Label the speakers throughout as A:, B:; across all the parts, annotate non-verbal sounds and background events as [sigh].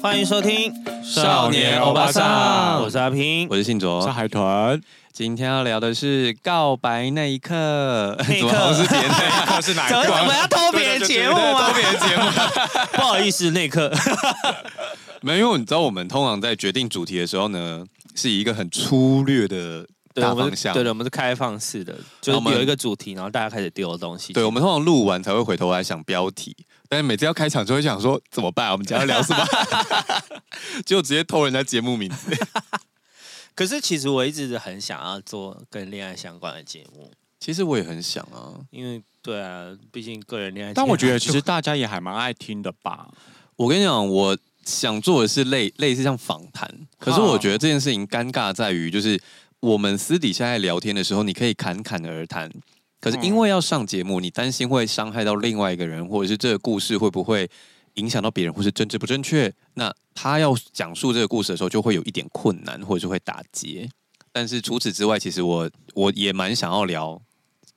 A: 欢迎收听《
B: 少年欧巴桑
A: 我是阿平
B: [laughs] 我。是信
C: 上
B: 卓，
C: 海豚，
B: 今天要聊的是告白那一刻，
A: 那一刻
B: [laughs] 怎么好像是别人的
C: 克是哪
A: 怎么怎么要偷别人节目啊？
B: 别人 [laughs] 节目？
A: [laughs] 不好意思，那一刻
B: 没有，因为你知道我们通常在决定主题的时候呢，是以一个很粗略的
A: 对
B: [laughs] 大
A: 我
B: 方
A: 们是
B: 向。
A: 对的，我们是开放式的，就是
B: 然后我们
A: 有一个主题，然后大家开始丢东西。
B: 对我们通常录完才会回头来想标题，但是每次要开场就会想说怎么办？我们今天要聊什么？ [laughs] 就直接偷人家节目名字。
A: 可是其实我一直很想要做跟恋爱相关的节目，
B: 其实我也很想啊，
A: 因为对啊，毕竟个人恋爱经验。
C: 但我觉得其实大家也还蛮爱听的吧。
B: 我跟你讲，我想做的是类类似像访谈，可是
C: 好
B: 我觉得这件事情尴尬在于，就是我们私底下在聊天的时候，你可以侃侃而谈，可是
C: 嗯
B: 因为要上节目，你担心会伤害到另外一个人，或者是这个故事会不会影响到别人，或是政治不正确，那他要讲述这个故事的时候，就会有一点困难，或者是会打结。但是除此之外，其实我我也蛮想要聊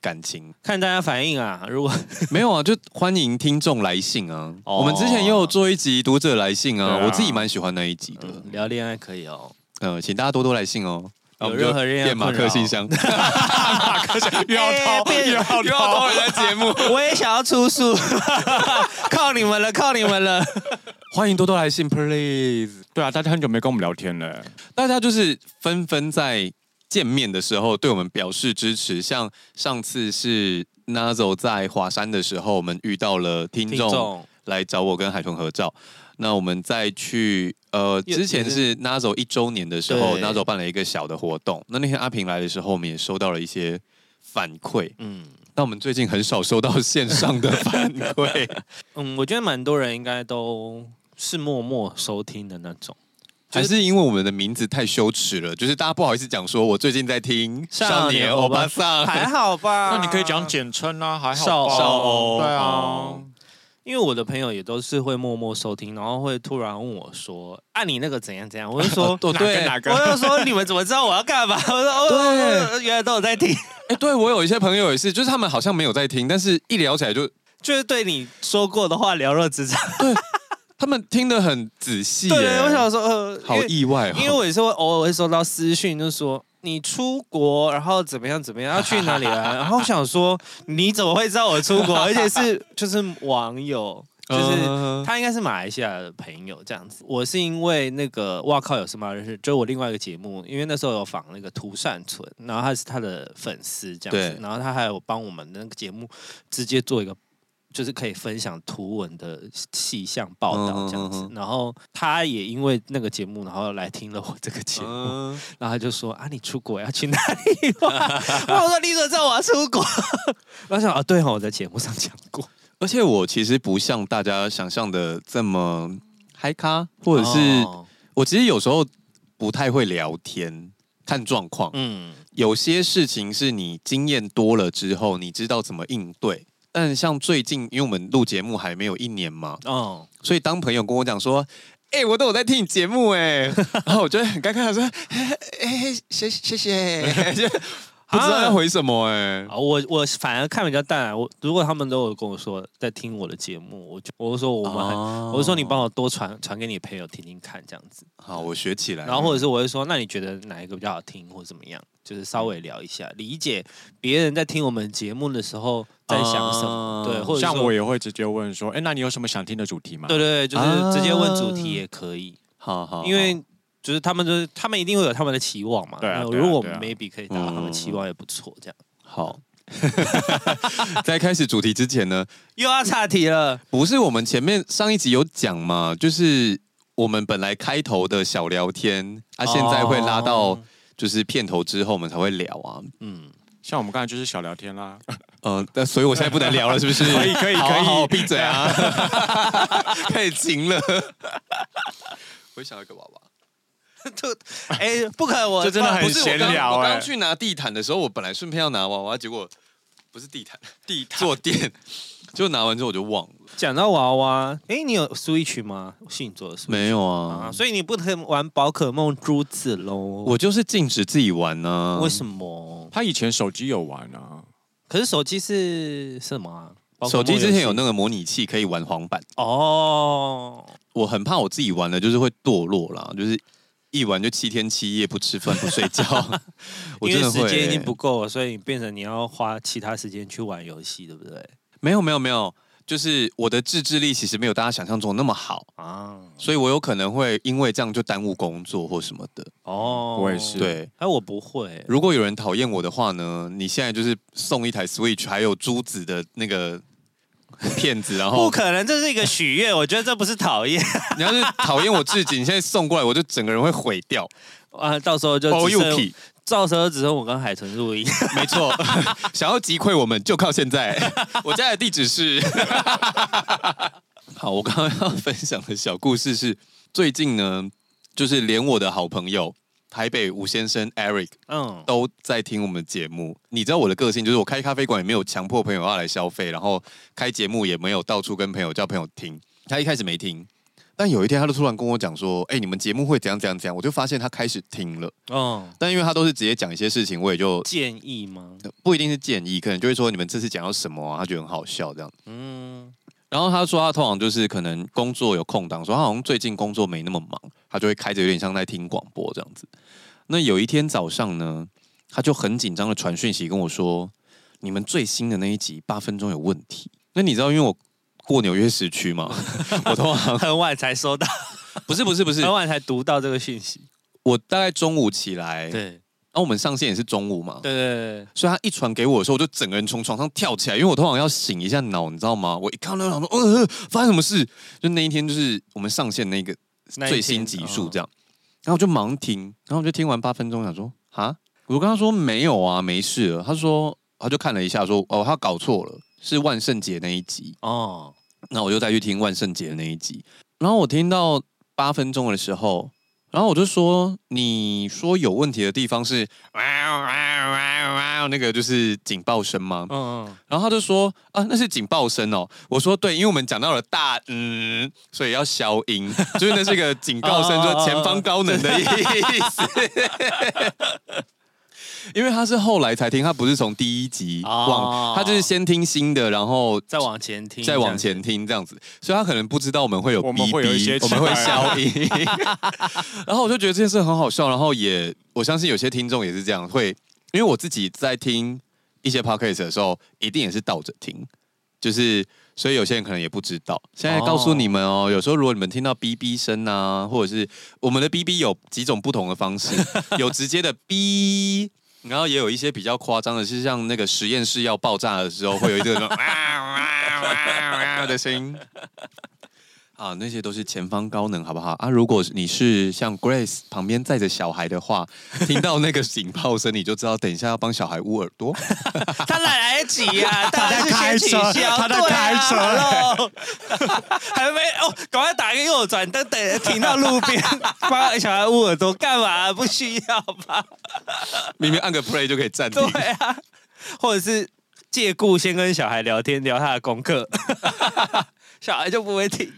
B: 感情，
A: 看大家反应啊，如果
B: [laughs] 没有啊，就欢迎听众来信啊。
A: 哦
B: 我们之前也有做一集读者来信啊，
C: 对啊
B: 我自己蛮喜欢那一集的。
A: 嗯聊恋爱可以哦，
B: 呃，请大家多多来信哦。那我
A: 有
B: 们就
A: 任何恋爱
B: 变马
A: 困
B: 克
A: 扰
B: 信箱， [laughs]
C: 又 [laughs] 要
A: 哎
C: 掏，
A: 变
C: 又要掏，
B: 人家节目。
A: [laughs] 我也想要出书， [laughs] 靠你们了，靠你们了。
B: 欢迎多多来信，please。
C: 对啊，大家很久没跟我们聊天了。
B: 大家就是纷纷在见面的时候对我们表示支持，像上次是 Nazo 在华山的时候，我们遇到了听
A: 听
B: 众
A: 众，
B: 来找我跟海豚合照。那我们再去呃，
A: 也
B: 之前是 Nazo 一周年的时候
A: 对
B: ，Nazo 办了一个小的活动。那那天阿平来的时候，我们也收到了一些反馈。
A: 嗯
B: 那我们最近很少收到线上的反
A: [laughs]
B: 馈，
A: 嗯，我觉得蛮多人应该都是默默收听的那种。
B: 还是因为我们的名字太羞耻了，就是大家不好意思讲说，我最近在听
A: 少年欧巴
B: 桑
A: 还好吧 [laughs]
C: 那你可以讲简称啊，还好
A: 少
C: 吧
B: 少欧
C: 对啊
B: 哦，：“
A: 因为我的朋友也都是会默默收听，然后会突然问我说：“啊，你那个怎样怎样？”我就说 [laughs]
B: [laughs] 哦对
C: 哪个
A: 我
C: 哪个？
A: 就说你们怎么知道我要干嘛？”我说：“哦，
B: 对
A: 原来都有在听， [laughs]
B: 哎、对我有一些朋友也是，就是他们好像没有在听，但是一聊起来就
A: 就是对你说过的话了若指掌。
B: 他们听得很仔”细、
A: [laughs]
B: 耶
A: 对，我想说，呃，
B: 好
A: 因为
B: 意外、哦，
A: 因为我也是会偶尔会收到私讯，就说你出国，然后怎么样怎么样，要去哪里啊？然后我想说你怎么会知道我出国？而且是就是网友，就是
B: 嗯
A: 他应该是马来西亚的朋友这样子。我是因为那个哇靠有什么认识，就是我另外一个节目，因为那时候有访那个涂善存，然后他是他的粉丝这样子
B: 对，
A: 然后他还有帮我们的那个节目直接做一个。就是可以分享图文的细项报道这样子，
B: 嗯嗯嗯
A: 然后他也因为那个节目，然后来听了我这个节目，
B: 嗯
A: 然后他就说啊，你出国要去哪里
B: [laughs]
A: 玩？我说你怎么知道我要出国？ [laughs] 我想啊，对哦，我在节目上讲过，
B: 而且我其实不像大家想象的这么嗨咖，或者是
A: 哦
B: 我其实有时候不太会聊天，看状况。
A: 嗯，
B: 有些事情是你经验多了之后，你知道怎么应对。但像最近，因为我们录节目还没有一年嘛，
A: 哦，
B: 所以当朋友跟我讲说：“哎、我都有在听你节目
A: [laughs]
B: 哎、然后我就很尴尬地说：“哎、谢谢谢，就不知道要回什么哎、
A: 啊，我我反而看比较淡啊然。我如果他们都有跟我说在听我的节目，我就我就说 [laughs] 我们很，
B: 哦
A: 我就说你帮我多传传给你朋友听听看这样子。
B: 好，我学起来。
A: 然后或者是我会说，那你觉得哪一个比较好听，或怎么样？就是稍微聊一下，理解别人在听我们节目的时候在想什
C: 哦
A: 么，
B: 啊
A: 对，或者
C: 像
A: 说
C: 我也会直接问说，哎，那你有什么想听的主题吗？
A: 对对对，就是直接问主题
B: 啊
A: 也可以。
B: 好
C: 哦
B: 好好，
A: 因为就是他们就是他们一定会有他们的期望嘛。
C: 对啊
A: 那
C: 对啊
A: 如果我
C: 对
A: 们
C: 啊
A: maybe 可以达到他们期望也不错，这样
B: 好， [laughs] 在开始主题之前呢，
A: 又要岔题了。 [laughs]
B: 不是我们前面上一集有讲嘛，就是我们本来开头的小聊天，啊，现在会拉到
A: 哦
B: 就是片头之后我们才会聊啊，
A: 嗯，
C: 像我们刚才就是小聊天 [laughs] 啦，
B: 呃，那所以我现在不能聊了，是不是？
C: 可以可以
B: [laughs] 好啊
C: 可以
B: 好啊闭嘴啊，开始停了。我也想要一个娃娃，
A: 就哎，不可能我
C: 这真的很
B: 不是我刚
C: 闲
B: 我
C: 聊
B: 刚
C: 哎
B: 刚去拿地毯的时候，我本来顺便要拿娃娃，结果不是地毯，地毯坐垫，就拿完之后我就忘了。
A: 讲到娃娃，哎，你有 Switch 吗？信做的 Switch
B: 没有
A: 啊，
B: 啊，
A: 所以你不能玩宝可梦珠子喽。
B: 我就是禁止自己玩呢、
A: 为什么？
C: 他以前手机有玩啊，
A: 可是手机是什么啊？宝可
B: 手
A: 梦
B: 机之前
A: 游
B: 有
A: 戏
B: 那个模拟器可以玩黄版，
A: 哦，
B: 我很怕我自己玩了就是会堕落啦，就是一玩就七天七夜不吃饭不睡
A: [laughs]
B: 觉，我
A: 因为
B: 真的
A: 时
B: 会、
A: 间已经不够了，所以你变成你要花其他时间去玩游戏，对不对？
B: 没有没有没有，就是我的自制力其实没有大家想象中那么好，
A: 啊，
B: 所以我有可能会因为这样就耽误工作或什么的。
A: 哦，
C: 我也是
B: 对，
A: 哎，我不会，
B: 如果有人讨厌我的话呢，你现在就是送一台 Switch，还有珠子的那个骗子，然
A: 不
B: 后
A: 可能，这是一个许愿，我觉得这不是讨厌 [laughs]
B: 你要是讨厌我自己，你现在送过来，我就整个人会毁掉。
A: 啊，到时候就
B: 包
A: 只
B: 又
A: 剩
B: 屁，
A: 到时候只剩我跟海豚录音，
B: 没错， [laughs] 想要击溃我们就靠现在。我家的地址是， [laughs] 好，我刚刚要分享的小故事是，最近呢，就是连我的好朋友台北吴先生 Eric [laughs]
A: 嗯，
B: 都在听我们节目。你知道我的个性，就是我开咖啡馆也没有强迫朋友要来消费，然后开节目也没有到处跟朋友叫朋友听。他一开始没听，但有一天他就突然跟我讲说：“哎、你们节目会怎样怎样怎样。”我就发现他开始听了，
A: 嗯，
B: 但因为他都是直接讲一些事情，我也就
A: 建议吗？
B: 不一定是建议，可能就会说你们这次讲到什么、啊，他觉得很好笑这样。
A: 嗯，
B: 然后他说他通常就是可能工作有空档，说他好像最近工作没那么忙，他就会开着有点像在听广播这样子。那有一天早上呢，他就很紧张的传讯息跟我说，你们最新的那一集八分钟有问题。那你知道因为我过纽约时区嘛， [laughs] 我通常
A: [laughs] 很晚才收到，
B: 不是不
A: [laughs]
B: 是不是
A: 很，晚才读到这个讯息，
B: 我大概中午起来，然
A: 对，
B: 后我们上线也是中午嘛，
A: 对对对，
B: 所以他一传给我的时候，我就整个人从床上跳起来，因为我通常要醒一下脑，你知道吗？我一看到想说，呃，发生什么事？就那一天，就是我们上线那个
A: 那一
B: 最
A: 天
B: 新集数
A: 嗯
B: 这样，然后我就忙听，然后我就听完八分钟，想说啊，我跟他说没有啊，没事了。他说，他就看了一下说，哦，他搞错了，是万圣节那一集。
A: 哦，
B: 那我就再去听万圣节的那一集，然后我听到八分钟的时候，然后我就说，你说有问题的地方是哇哦哇哦哇哦哇哦那个就是警报声吗？
A: 嗯嗯，
B: 然后他就说啊，那是警报声哦。我说对，因为我们讲到了大嗯，所以要消音，就是那是一个警告声，
A: 哦哦哦
B: 说前方高能的意思。 [laughs] 因为他是后来才听，他不是从第一集
A: 哦
B: 往，他就是先听新的，然后
A: 再往前听，
B: 再往前听这样子，所以他可能不知道我们会有
C: 我
B: 哔
C: 们
B: 哔，
C: 会有一些
B: 我们会
C: 期待啊
B: 消
C: [laughs]
B: 音。 [laughs] 然后我就觉得这件事很好笑，然后也我相信有些听众也是这样，会因为我自己在听一些 podcast 的时候，一定也是倒着听，就是所以有些人可能也不知道。现在告诉你们哦，有时候如果你们听到哔哔声啊，或者是我们的哔哔有几种不同的方式，有直接的哔。然后也有一些比较夸张的，是像那个实验室要爆炸的时候，会有一个那种 [laughs] 啊啊啊啊的声音。啊，那些都是前方高能，好不好啊？如果你是像 Grace 旁边载着小孩的话，听到那个警报声，你就知道等一下要帮小孩捂耳朵。
A: 听，他哪来得及啊呀？当然是先取
C: 开车
A: 消，
C: 他在
A: 对啊
C: 开车
A: hello [laughs] 还没哦，赶快打个右转灯，等停到路边，帮小孩捂耳朵干嘛？不需要吧？
B: 明明按个 play 就可以暂停
A: 对。啊，或者是借故先跟小孩聊天，聊他的功课， [laughs] 小孩就不会停。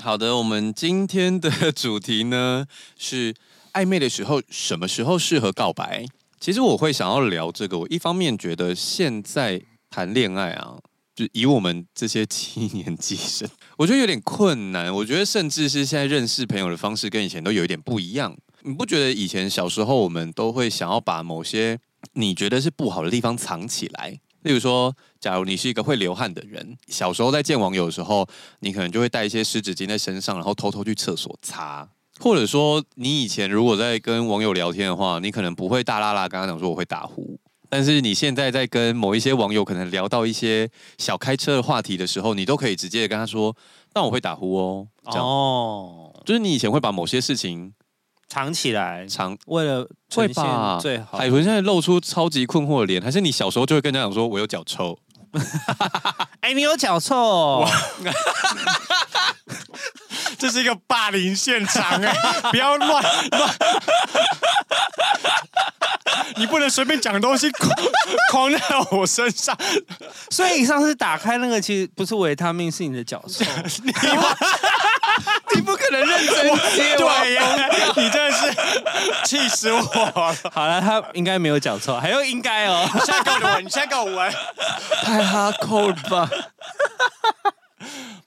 B: 好的，我们今天的主题呢是暧昧的时候，什么时候适合告白？其实我会想要聊这个，我一方面觉得现在谈恋爱啊，就以我们这些七年级生，我觉得有点困难。我觉得甚至是现在认识朋友的方式跟以前都有一点不一样。你不觉得以前小时候我们都会想要把某些你觉得是不好的地方藏起来？例如说，假如你是一个会流汗的人，小时候在见网友的时候，你可能就会带一些湿纸巾在身上，然后偷偷去厕所擦。或者说，你以前如果在跟网友聊天的话，你可能不会大啦啦跟他讲说我会打呼，但是你现在在跟某一些网友可能聊到一些小开车的话题的时候，你都可以直接跟他说，但我会打呼哦。这样，
A: 哦，
B: 就是你以前会把某些事情
A: 藏起来，
B: 藏。
A: 为了
B: 会
A: 呈现
B: 吧？
A: 最好。
B: 海豚现在露出超级困惑的脸，还是你小时候就会跟人家讲说我有
A: [laughs]
B: 脚臭？
A: 哎、你有脚臭哦，
C: 这是一个霸凌现场哎、 [laughs] 不要乱乱， [laughs] 你不能随便讲东西框框在我身上，
A: 所以你上次打开那个其实不是维他命，是你的脚
B: [laughs]
A: 臭。
B: 你不可 [laughs] 能认真接
A: 啊
C: 对呀，你真的是气死我了！
A: 好了，他应该没有脚臭，还有应该哦。
C: 你现在给我闻，你现在给我闻，
B: 太哈扣了吧？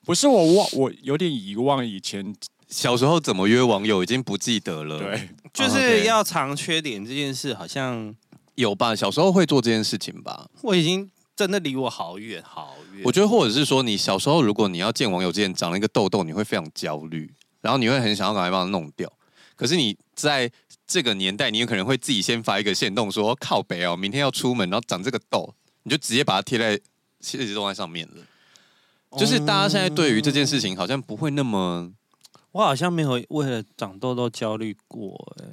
C: 不是我忘，我有点遗忘以前
B: [laughs] 小时候怎么约网友已经不记得了。，
C: 对
B: 哦
A: 就是要藏缺点这件事，好像
B: 有吧？小时候会做这件事情吧？
A: 我已经真的离我好远好远。
B: 我觉得，或者是说，你小时候如果你要见网友之前长了一个痘痘，你会非常焦虑，然后你会很想要赶快把它弄掉。可是你在这个年代，你有可能会自己先发一个线动说靠北哦，明天要出门，然后长这个痘，你就直接把它贴在现实动态上面了。
A: 哦
B: 就是大家现在对于这件事情好像不会那么
A: 我好像没有为了长痘痘焦虑过、哎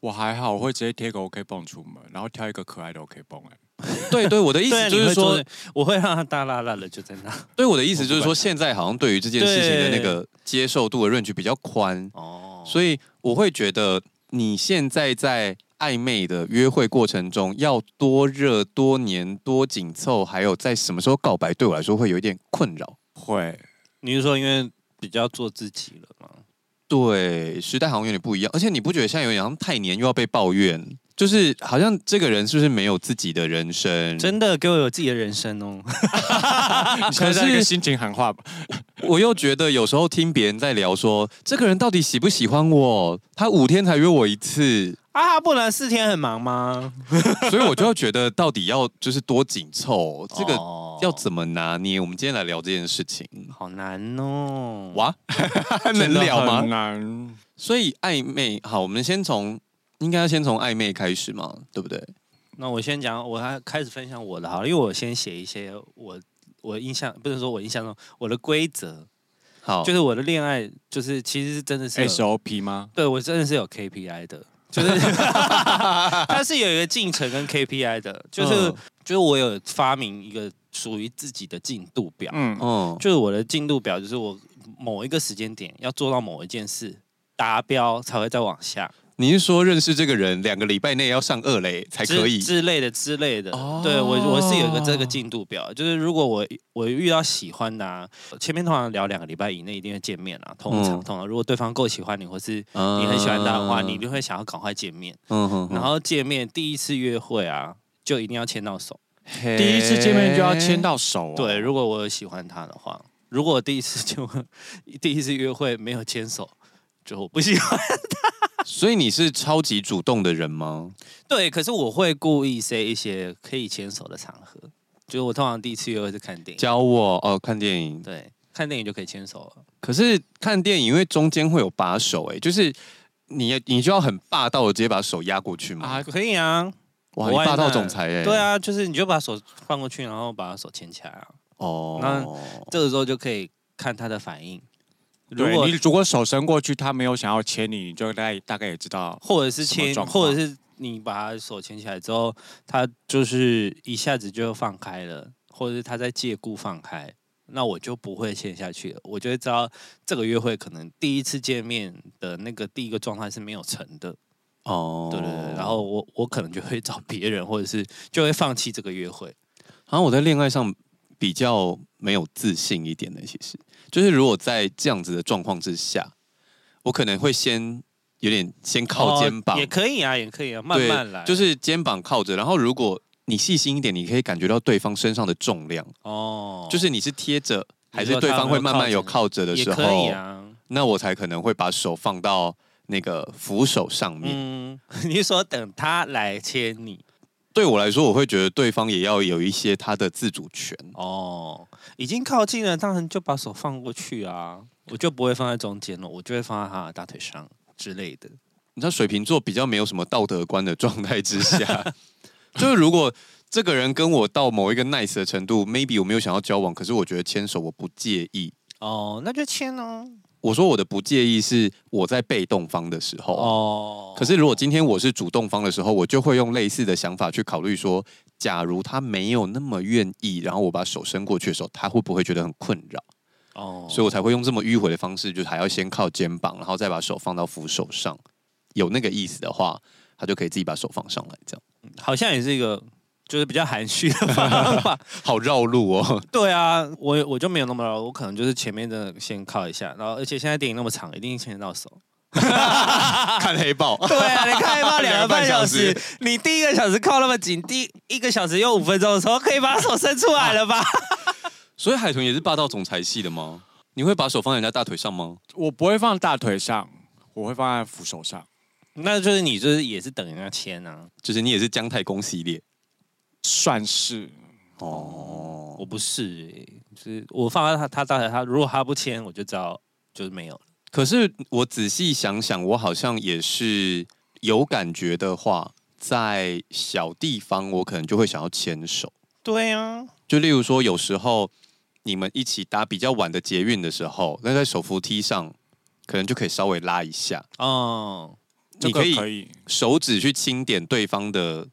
C: 我还好，我会直接贴个 OK 绷出门，然后挑一个可爱的 OK 绷、哎，
B: 对对，我的意
A: 对啊，
B: 思就是
A: 你会
B: 说
A: 做，我会让它大辣辣的就在那。
B: 对我的意思就是说，现在好像对于这件事情的
A: 对
B: 那个接受度的认知比较宽，
A: 哦，
B: 所以我会觉得你现在在暧昧的约会过程中，要多热、多黏、多紧凑，还有在什么时候告白，对我来说会有一点困扰。
C: 会
A: 你是说因为比较做自己了吗？
B: 对，时代好像有点不一样，而且你不觉得现在有点好像太黏，又要被抱怨，就是好像这个人是不是没有自己的人生？
A: 真的给我有自己的人生哦。 [laughs]
C: 你现在
B: 可
C: 在
B: 是
C: 跟心情喊话 [laughs] 吧，
B: [laughs] 我又觉得有时候听别人在聊说，这个人到底喜不喜欢我？他五天才约我一
A: [laughs]
B: 次，
A: 啊，不然四天很忙吗？
B: 所以我就会觉得到底要就是多紧凑，这个
A: 哦嗯
B: 要怎么拿捏？我们今天来聊这件事情。
A: 好难哦。
B: 哇，能聊
C: 很
B: 吗？
C: 难，
B: 所以暧昧，好，我们先从应该要先从暧昧开始嘛，对不对？
A: 那我先讲，我还开始分享我的好了，因为我先写一些我我印象，不是说我印象中我的规则，
B: 好，
A: 就是我的恋爱，就是其实真的
B: 哎
A: 是有
B: 哦
C: SOP 吗？
A: 对我真的是有 KPI 的，就是
B: [laughs]
A: 它是有一个进程跟 KPI 的，就是、
B: 嗯
A: 就是我有发明一个属于自己的进度表，
C: 嗯，
B: 嗯，
A: 就是我的进度表，就是我某一个时间点要做到某一件事达标才会再往下。
B: 你是说认识这个人两个礼拜内要上二垒才
A: 之
B: 可以？
A: 之类的之类的。
B: 哦
A: 对我我是有一个这个进度表，就是如果我我遇到喜欢的、啊，前面通常聊两个礼拜以内一定会见面啊，通常、
B: 嗯
A: 通常如果对方够喜欢你，或是
B: 嗯
A: 你很喜欢他的话，你一定会想要赶快见面。
B: 嗯哼
A: 然后见面第一次约会啊，就一定要牵到手。
C: 第一次见面就要牵
B: 到。
C: 到手、哦，
A: 对，，如果我有喜欢他的话，如果我第一次就第一次约会没有牵手，就我不喜欢。 [laughs]
B: 所以你是超级主动的人吗？
A: 对，可是我会故意 say 一些可以牵手的场合，就是我通常第一次约会是看电影。
B: 教我哦，看电影。
A: 对，看电影就可以牵手了。
B: 可是看电影，因为中间会有把手、哎，就是你你就要很霸道的直接把手压过去嘛。
A: 啊，可以啊，
B: 哇，
A: 我
B: 你
A: 爱
B: 霸道
A: 那
B: 总裁哎、
A: 对，啊，就是你就把手放过去，然后把手牵起来啊，
B: 哦，
A: 那这个时候就可以看他的反应。如
C: 对
A: 果
C: 你如果手伸过去，他没有想要牵你，你就大概大概也知道，
A: 或者是
C: 什么
A: 牵，
C: 状
A: 或者
C: 况
A: 是你把他手牵起来之后，他就是一下子就放开了，或者是他在借故放开，那我就不会牵下去了。我就会知道这个约会可能第一次见面的那个第一个状态是没有成的。
B: 哦，
A: 对对对，然后我我可能就会找别人，或者是就会放弃这个约会。
B: 好像我在恋爱上比较没有自信一点呢、其实就是如果在这样子的状况之下，我可能会先有点先靠肩膀，
A: 哦也可以啊，也可以啊，慢
B: 对
A: 慢来，
B: 就是肩膀靠着，然后如果你细心一点，你可以感觉到对方身上的重量，
A: 哦，
B: 就是你是贴着。还是
A: 说
B: 对
A: 他有
B: 方
A: 没
B: 会
A: 有
B: 慢
A: 靠
B: 慢有
A: 着
B: 靠着的
A: 也
B: 时候，
A: 可以啊。
B: 那我才可能会把手放到那个扶手上面。
A: 嗯， [laughs] 你是说等他来牵你
B: 对我来说，我会觉得对方也要有一些他的自主权。
A: 哦，已经靠近了，当然就把手放过去啊，我就不会放在中间了，我就会放在他的大腿上之类的。
B: 你知道，水瓶座比较没有什么道德观的状态之
A: [laughs]
B: 下，就是如果这个人跟我到某一个 nice 的程度，maybe 我没有想要交往，可是我觉得牵手我不介意。
A: 哦，那就牵哦。
B: 我说我的不介意是我在被动方的时候。
A: 哦，
B: 可是，如果今天我是主动方的时候，我就会用类似的想法去考虑说，假如他没有那么愿意，然后我把手伸过去的时候，他会不会觉得很困扰？
A: 哦，
B: 所以我才会用这么迂回的方式，就是还要先靠肩膀，然后再把手放到扶手上。有那个意思的话，他就可以自己把手放上来，这样
A: 好像也是一个就是比较含蓄的
B: [laughs]
A: 方法，
B: 好绕路哦。
A: 对啊，我我就没有那么了，我可能就是前面真的先靠一下，然后而且现在电影那么长，一定牵得到手。
B: 看黑豹，
A: [laughs] 对啊，你看一包两个半小
B: 两
A: 时
B: 个半，
A: 你第一个小时靠那么紧，第一个小时又五分钟的时候，可以把手伸出来了吧？
B: 所以海豚也是霸道总裁系的吗？你会把手放在人家大腿上吗？
C: 我不会放大腿上，我会放在扶手上。
A: [laughs] 那就是你就是也是等人家签啊，
B: 就是你也是姜太公系列
C: 算是
B: 哦。
A: 我不是、欸，就是我放在他他大腿，他如果他不签，我就知道就是没有了。
B: 可是我仔细想想，我好像也是有感觉的话，在小地方我可能就会想要牵手。
A: 对啊，
B: 就例如说，有时候你们一起搭比较晚的捷运的时候，那在手扶梯上，可能就可以稍微拉一下，
A: 哦，
C: 这
B: 你
C: 个
B: 可以
C: 可以，
B: 手指去轻点对方的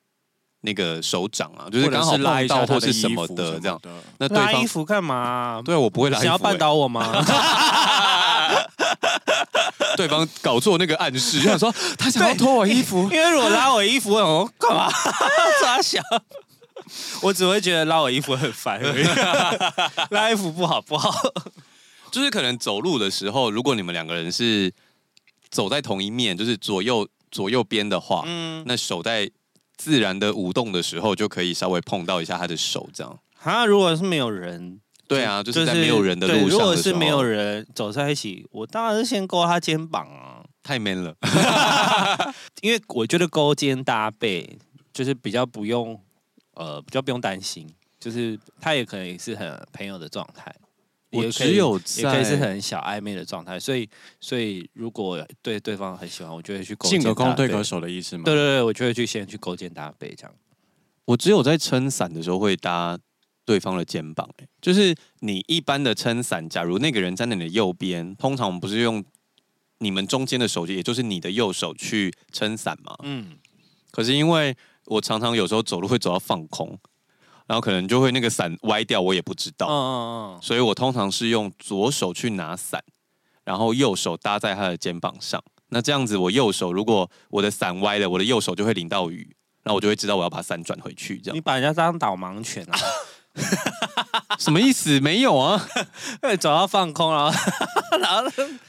B: 那个手掌啊，就是
C: 或者
B: 刚好
C: 拉
B: 碰
C: 一下
B: 到
C: 他
B: 或
C: 的
B: 是什
C: 衣
B: 么
C: 服
B: 的这样。
C: 的
B: 那对
A: 拉
B: 方
A: 衣服干嘛？
B: 对我不会拉衣服、
A: 想要绊
B: 欸
A: 倒我 [laughs] 吗？
B: 欸 [laughs] 对方搞错那个暗示，就想说他想要脱我
C: [laughs]
B: 衣服， [laughs]
A: [laughs] 因为如果拉我衣服，我干 [laughs] 嘛抓小？我只会觉得拉我衣服很烦而已， [laughs] 拉衣服不好不好。
B: 就是可能走路的时候，如果你们两个人是走在同一面，就是左右左右边的话，
A: 嗯，
B: 那手在自然的舞动的时候，就可以稍微碰到一下他的手，这样。
A: 啊，如果是没有人，
B: 对啊，就是在没有人的
A: 对
B: 路
A: 如
B: 上的时候，
A: 果是没有人走在一起，我当然是先勾他肩膀啊，
B: 太 man 了。
A: 因为我觉得勾肩搭背就是比较不用，呃，比较不用担心，就是他也可能也是很朋友的状态。
B: 我
A: 也可以
B: 只有
A: 也可以是
B: 在
A: 很小暧昧的状态，所以所以如果对对方很喜欢，我就会去勾
C: 进
A: 肩
C: 可攻
A: 搭
C: 退
A: 背。
C: 可守的意思吗？
A: 对对对，我就会去先去勾肩搭背这样。
B: 我只有在撑伞的时候会搭对方的肩膀、欸就是你一般的撑伞，假如那个人站在你的右边，通常我们不是用你们中间的手机，也就是你的右手去撑伞嘛？
A: 嗯，
B: 可是因为我常常有时候走路会走到放空，然后可能就会那个伞歪掉，我也不知
A: 嗯
B: 道，
A: 嗯嗯，
B: 所以我通常是用左手去拿伞，然后右手搭在他的肩膀上。那这样子，我右手如果我的伞歪了，我的右手就会淋到雨，那我就会知道我要把伞转回去。这
A: 你
B: 样
A: 把人家当导盲犬
B: [laughs]
A: 啊，
B: 什么意思？没有啊，
A: 哎走到放空然后然后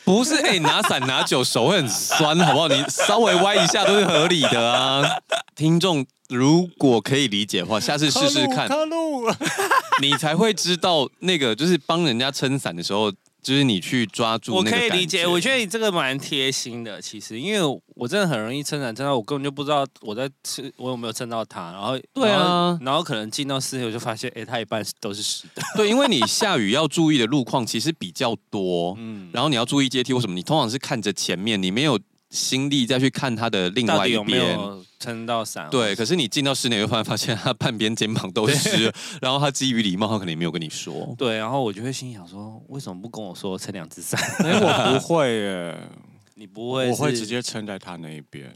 B: 不是，哎、拿伞拿久手会很酸，好不好？你稍微歪一下都是合理的啊。听众如果可以理解的话，下次试试
A: [laughs]
B: 看。
C: 卡路，卡路
B: 你才会知道那个就是帮人家撑伞的时候，就是你去抓住
A: 我
B: 那个
A: 可以
B: 感
A: 理解，我觉得你这个蛮贴心的，其实因为我真的很容易撑伞撑到我根本就不知道我在吃我有没有撑到他，然后
B: 对啊
A: 然后然后可能进到室内我就发现，哎，他一半都是湿的，
B: [laughs] 对，因为你下雨要注意的路况其实比较多，
A: 嗯，
B: 然后你要注意阶梯或什么，你通常是看着前面，你没有心力再去看它的另
A: 到
B: 外
A: 底
B: 一
A: 有没
B: 边。
A: 有撑到伞？
B: 对，可是你进到室内会突然发现他半边肩膀都湿
A: [laughs]
B: 了，然后他基于礼貌，他可能也没有跟你说。
A: 对，然后我就会心想说，为什么不跟我说撑两只伞？
C: [laughs] 哎，我不
B: [laughs]
C: 会耶，
A: [laughs] 你不会是，
C: 我会直接撑在他那一边，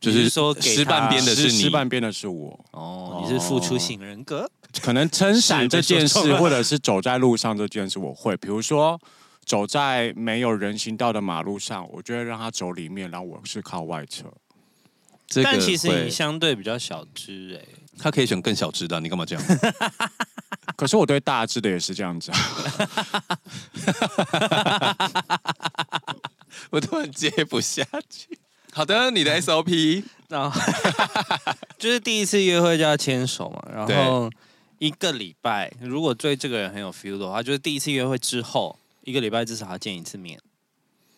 A: 你
B: 就是
A: 说给
B: 湿
A: 他
B: 半边真的是
C: 湿
B: 你
C: 湿半边的是我。
A: 哦，你是付出型人格，
C: 可能撑伞这件
A: 是被说中
C: 事，
A: 了
C: 或者是走在路上这件事，我会，比如说走在没有人行道的马路上，我就会让他走里面，然后我是靠外侧。
B: 这个
A: 但其实
B: 会
A: 你相对比较小只哎、
B: 他可以选更小只的啊，你干嘛
A: [laughs]
B: 这样？
C: 可是我对大致的也是这样子啊， [laughs]
B: 我突然接不下
A: [laughs]
B: 去。好的， [laughs] 你的 SOP
A: 然后 [laughs] 就是第一次约会就要牵手嘛，然后一个礼拜，如果对这个人很有 feel 的话，就是第一次约会之后一个礼拜至少要见一次面，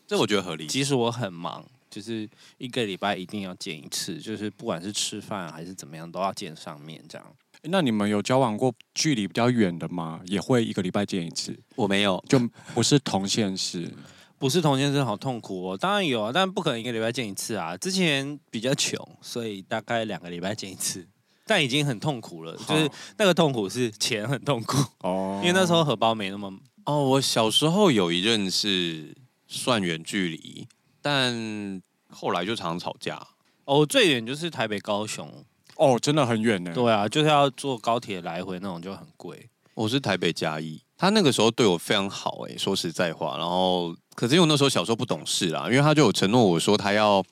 B: 这我觉得合理。
A: 即使我很忙。就是一个礼拜一定要见一次，就是不管是吃饭还是怎么样，都要见上面这样。
C: 那你们有交往过距离比较远的吗？也会一个礼拜见一次，
B: 我没有，
C: 就不是同县市。
A: 不是同先生好痛苦哦，当然有啊，但不可能一个礼拜见一次啊。之前比较穷，所以大概两个礼拜见一次，但已经很痛苦了。就是那个痛苦是钱很痛苦，
C: 哦
A: 因为那时候荷包没那么
B: 哦，我小时候有一任是算远距离，但后来就常常吵架。
A: 哦，最远就是台北高雄，
C: 哦，真的很远呢。
A: 对啊，就是要坐高铁来回那种就很贵。
B: 我是台北嘉义，他那个时候对我非常好、欸，说实在话。然后，可是因为我那时候小时候不懂事啦，因为他就有承诺我说他要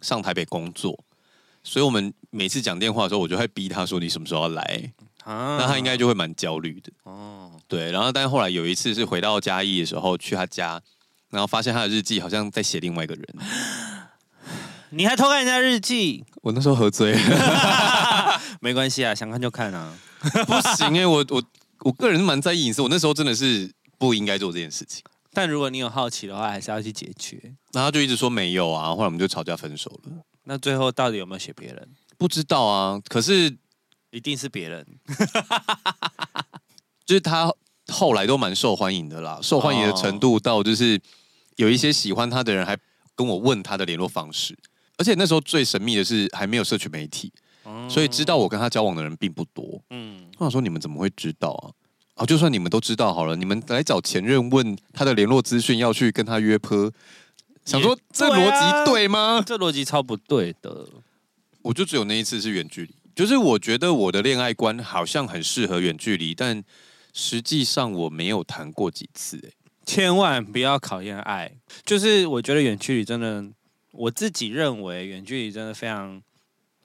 B: 上台北工作，所以我们每次讲电话的时候，我就会逼他说你什么时候要来，
A: 啊
B: 那他应该就会蛮焦虑的。
A: 哦，
B: 对，然后但后来有一次是回到嘉义的时候去他家，然后发现他的日记好像在写另外一个人，
A: 你还偷看人家日记？
B: [laughs] 我那时候喝醉了。 [laughs]
A: 没关系啊，想看就看啊。
B: 欸不行哎、我我我个人蛮在意隐私，我那时候真的是不应该做这件事情。
A: 但如果你有好奇的话，还是要去解决。
B: 然后他就一直说没有啊，后来我们就吵架分手了。
A: 那最后到底有没有写别人？
B: 不知道啊，可是
A: 一定是别人。
B: 就是他后来都蛮受欢迎的啦，受欢迎的程度到就是有一些喜欢他的人还跟我问他的联络方式，而且那时候最神秘的是还没有社群媒体，所以知道我跟他交往的人并不多。
A: 哦嗯，
B: 我想说你们怎么会知道啊？哦，就算你们都知道好了，你们来找前任问他的联络资讯，要去跟他约坡，想说这
A: 对啊
B: 逻辑对吗？
A: 这逻辑超不对的。
B: 我就只有那一次是远距离，就是我觉得我的恋爱观好像很适合远距离，但实际上我没有谈过几次、欸。
A: 千万不要考验爱。就是我觉得远距离真的，我自己认为远距离真的非常，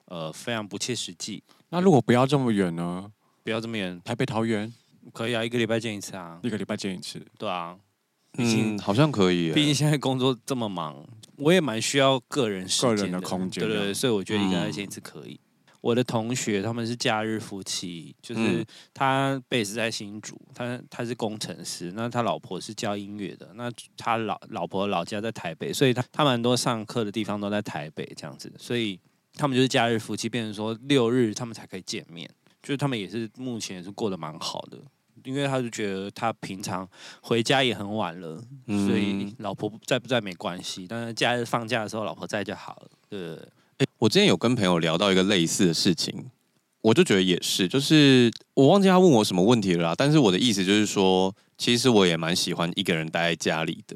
A: 呃，非常不切实际。
C: 那如果不要这么远呢？
A: 不要这么远，
C: 台北、桃园
A: 可以啊，一个礼拜见一次啊，
C: 一个礼拜见一次，
A: 对啊。毕竟
B: 嗯，好像可以、欸。
A: 毕竟现在工作这么忙，我也蛮需要个人时间
C: 个人的空间
A: 对对
C: 这
A: 对，
C: 样嗯
A: 所以我觉得一个
B: 嗯
A: 人见一次可以。我的同学他们是假日夫妻，就是
B: 嗯
A: 他 base 在新竹，他他是工程师，那他老婆是教音乐的，那他老老婆老家在台北，所以他他们很多上课的地方都在台北这样子，所以他们就是假日夫妻，变成说六日他们才可以见面，就是他们也是目前也是过得蛮好的，因为他就觉得他平常回家也很晚了，
B: 嗯
A: 所以老婆不在不在没关系，但是假日放假的时候老婆在就好了。对，
B: 我之前有跟朋友聊到一个类似的事情，我就觉得也是，就是我忘记他问我什么问题了啦，但是我的意思就是说，其实我也蛮喜欢一个人待在家里的。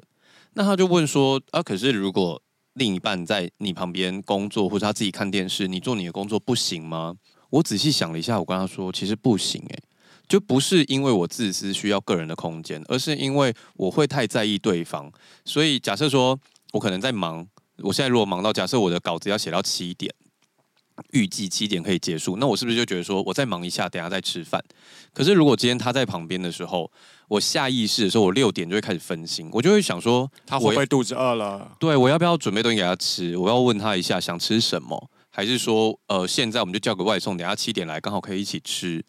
B: 那他就问说啊，可是如果另一半在你旁边工作，或者他自己看电视，你做你的工作不行吗？我仔细想了一下，我跟他说，其实不行、欸，就不是因为我自私需要个人的空间，而是因为我会太在意对方。所以假设说我可能在忙，我现在如果忙到假设我的稿子要写到七点，预计七点可以结束，那我是不是就觉得说我再忙一下，等一下再吃饭？可是如果今天他在旁边的时候，我下意识的时候，我六点就会开始分心，我就会想说
C: 他
B: 我
C: 会不会肚子饿了？
B: 对，我要不要准备东西给他吃？我要问他一下想吃什么，还是说呃，现在我们就叫个外送，等下七点来，刚好可以一起吃。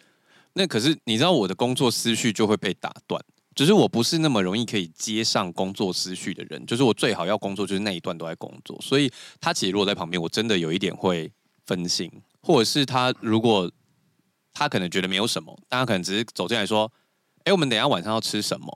B: 那可是你知道我的工作思绪就会被打断，就是我不是那么容易可以接上工作思绪的人，就是我最好要工作就是那一段都在工作，所以他其实如果在旁边，我真的有一点会分心，或者是他如果他可能觉得没有什么，但他可能只是走进来说，哎、我们等一下晚上要吃什么，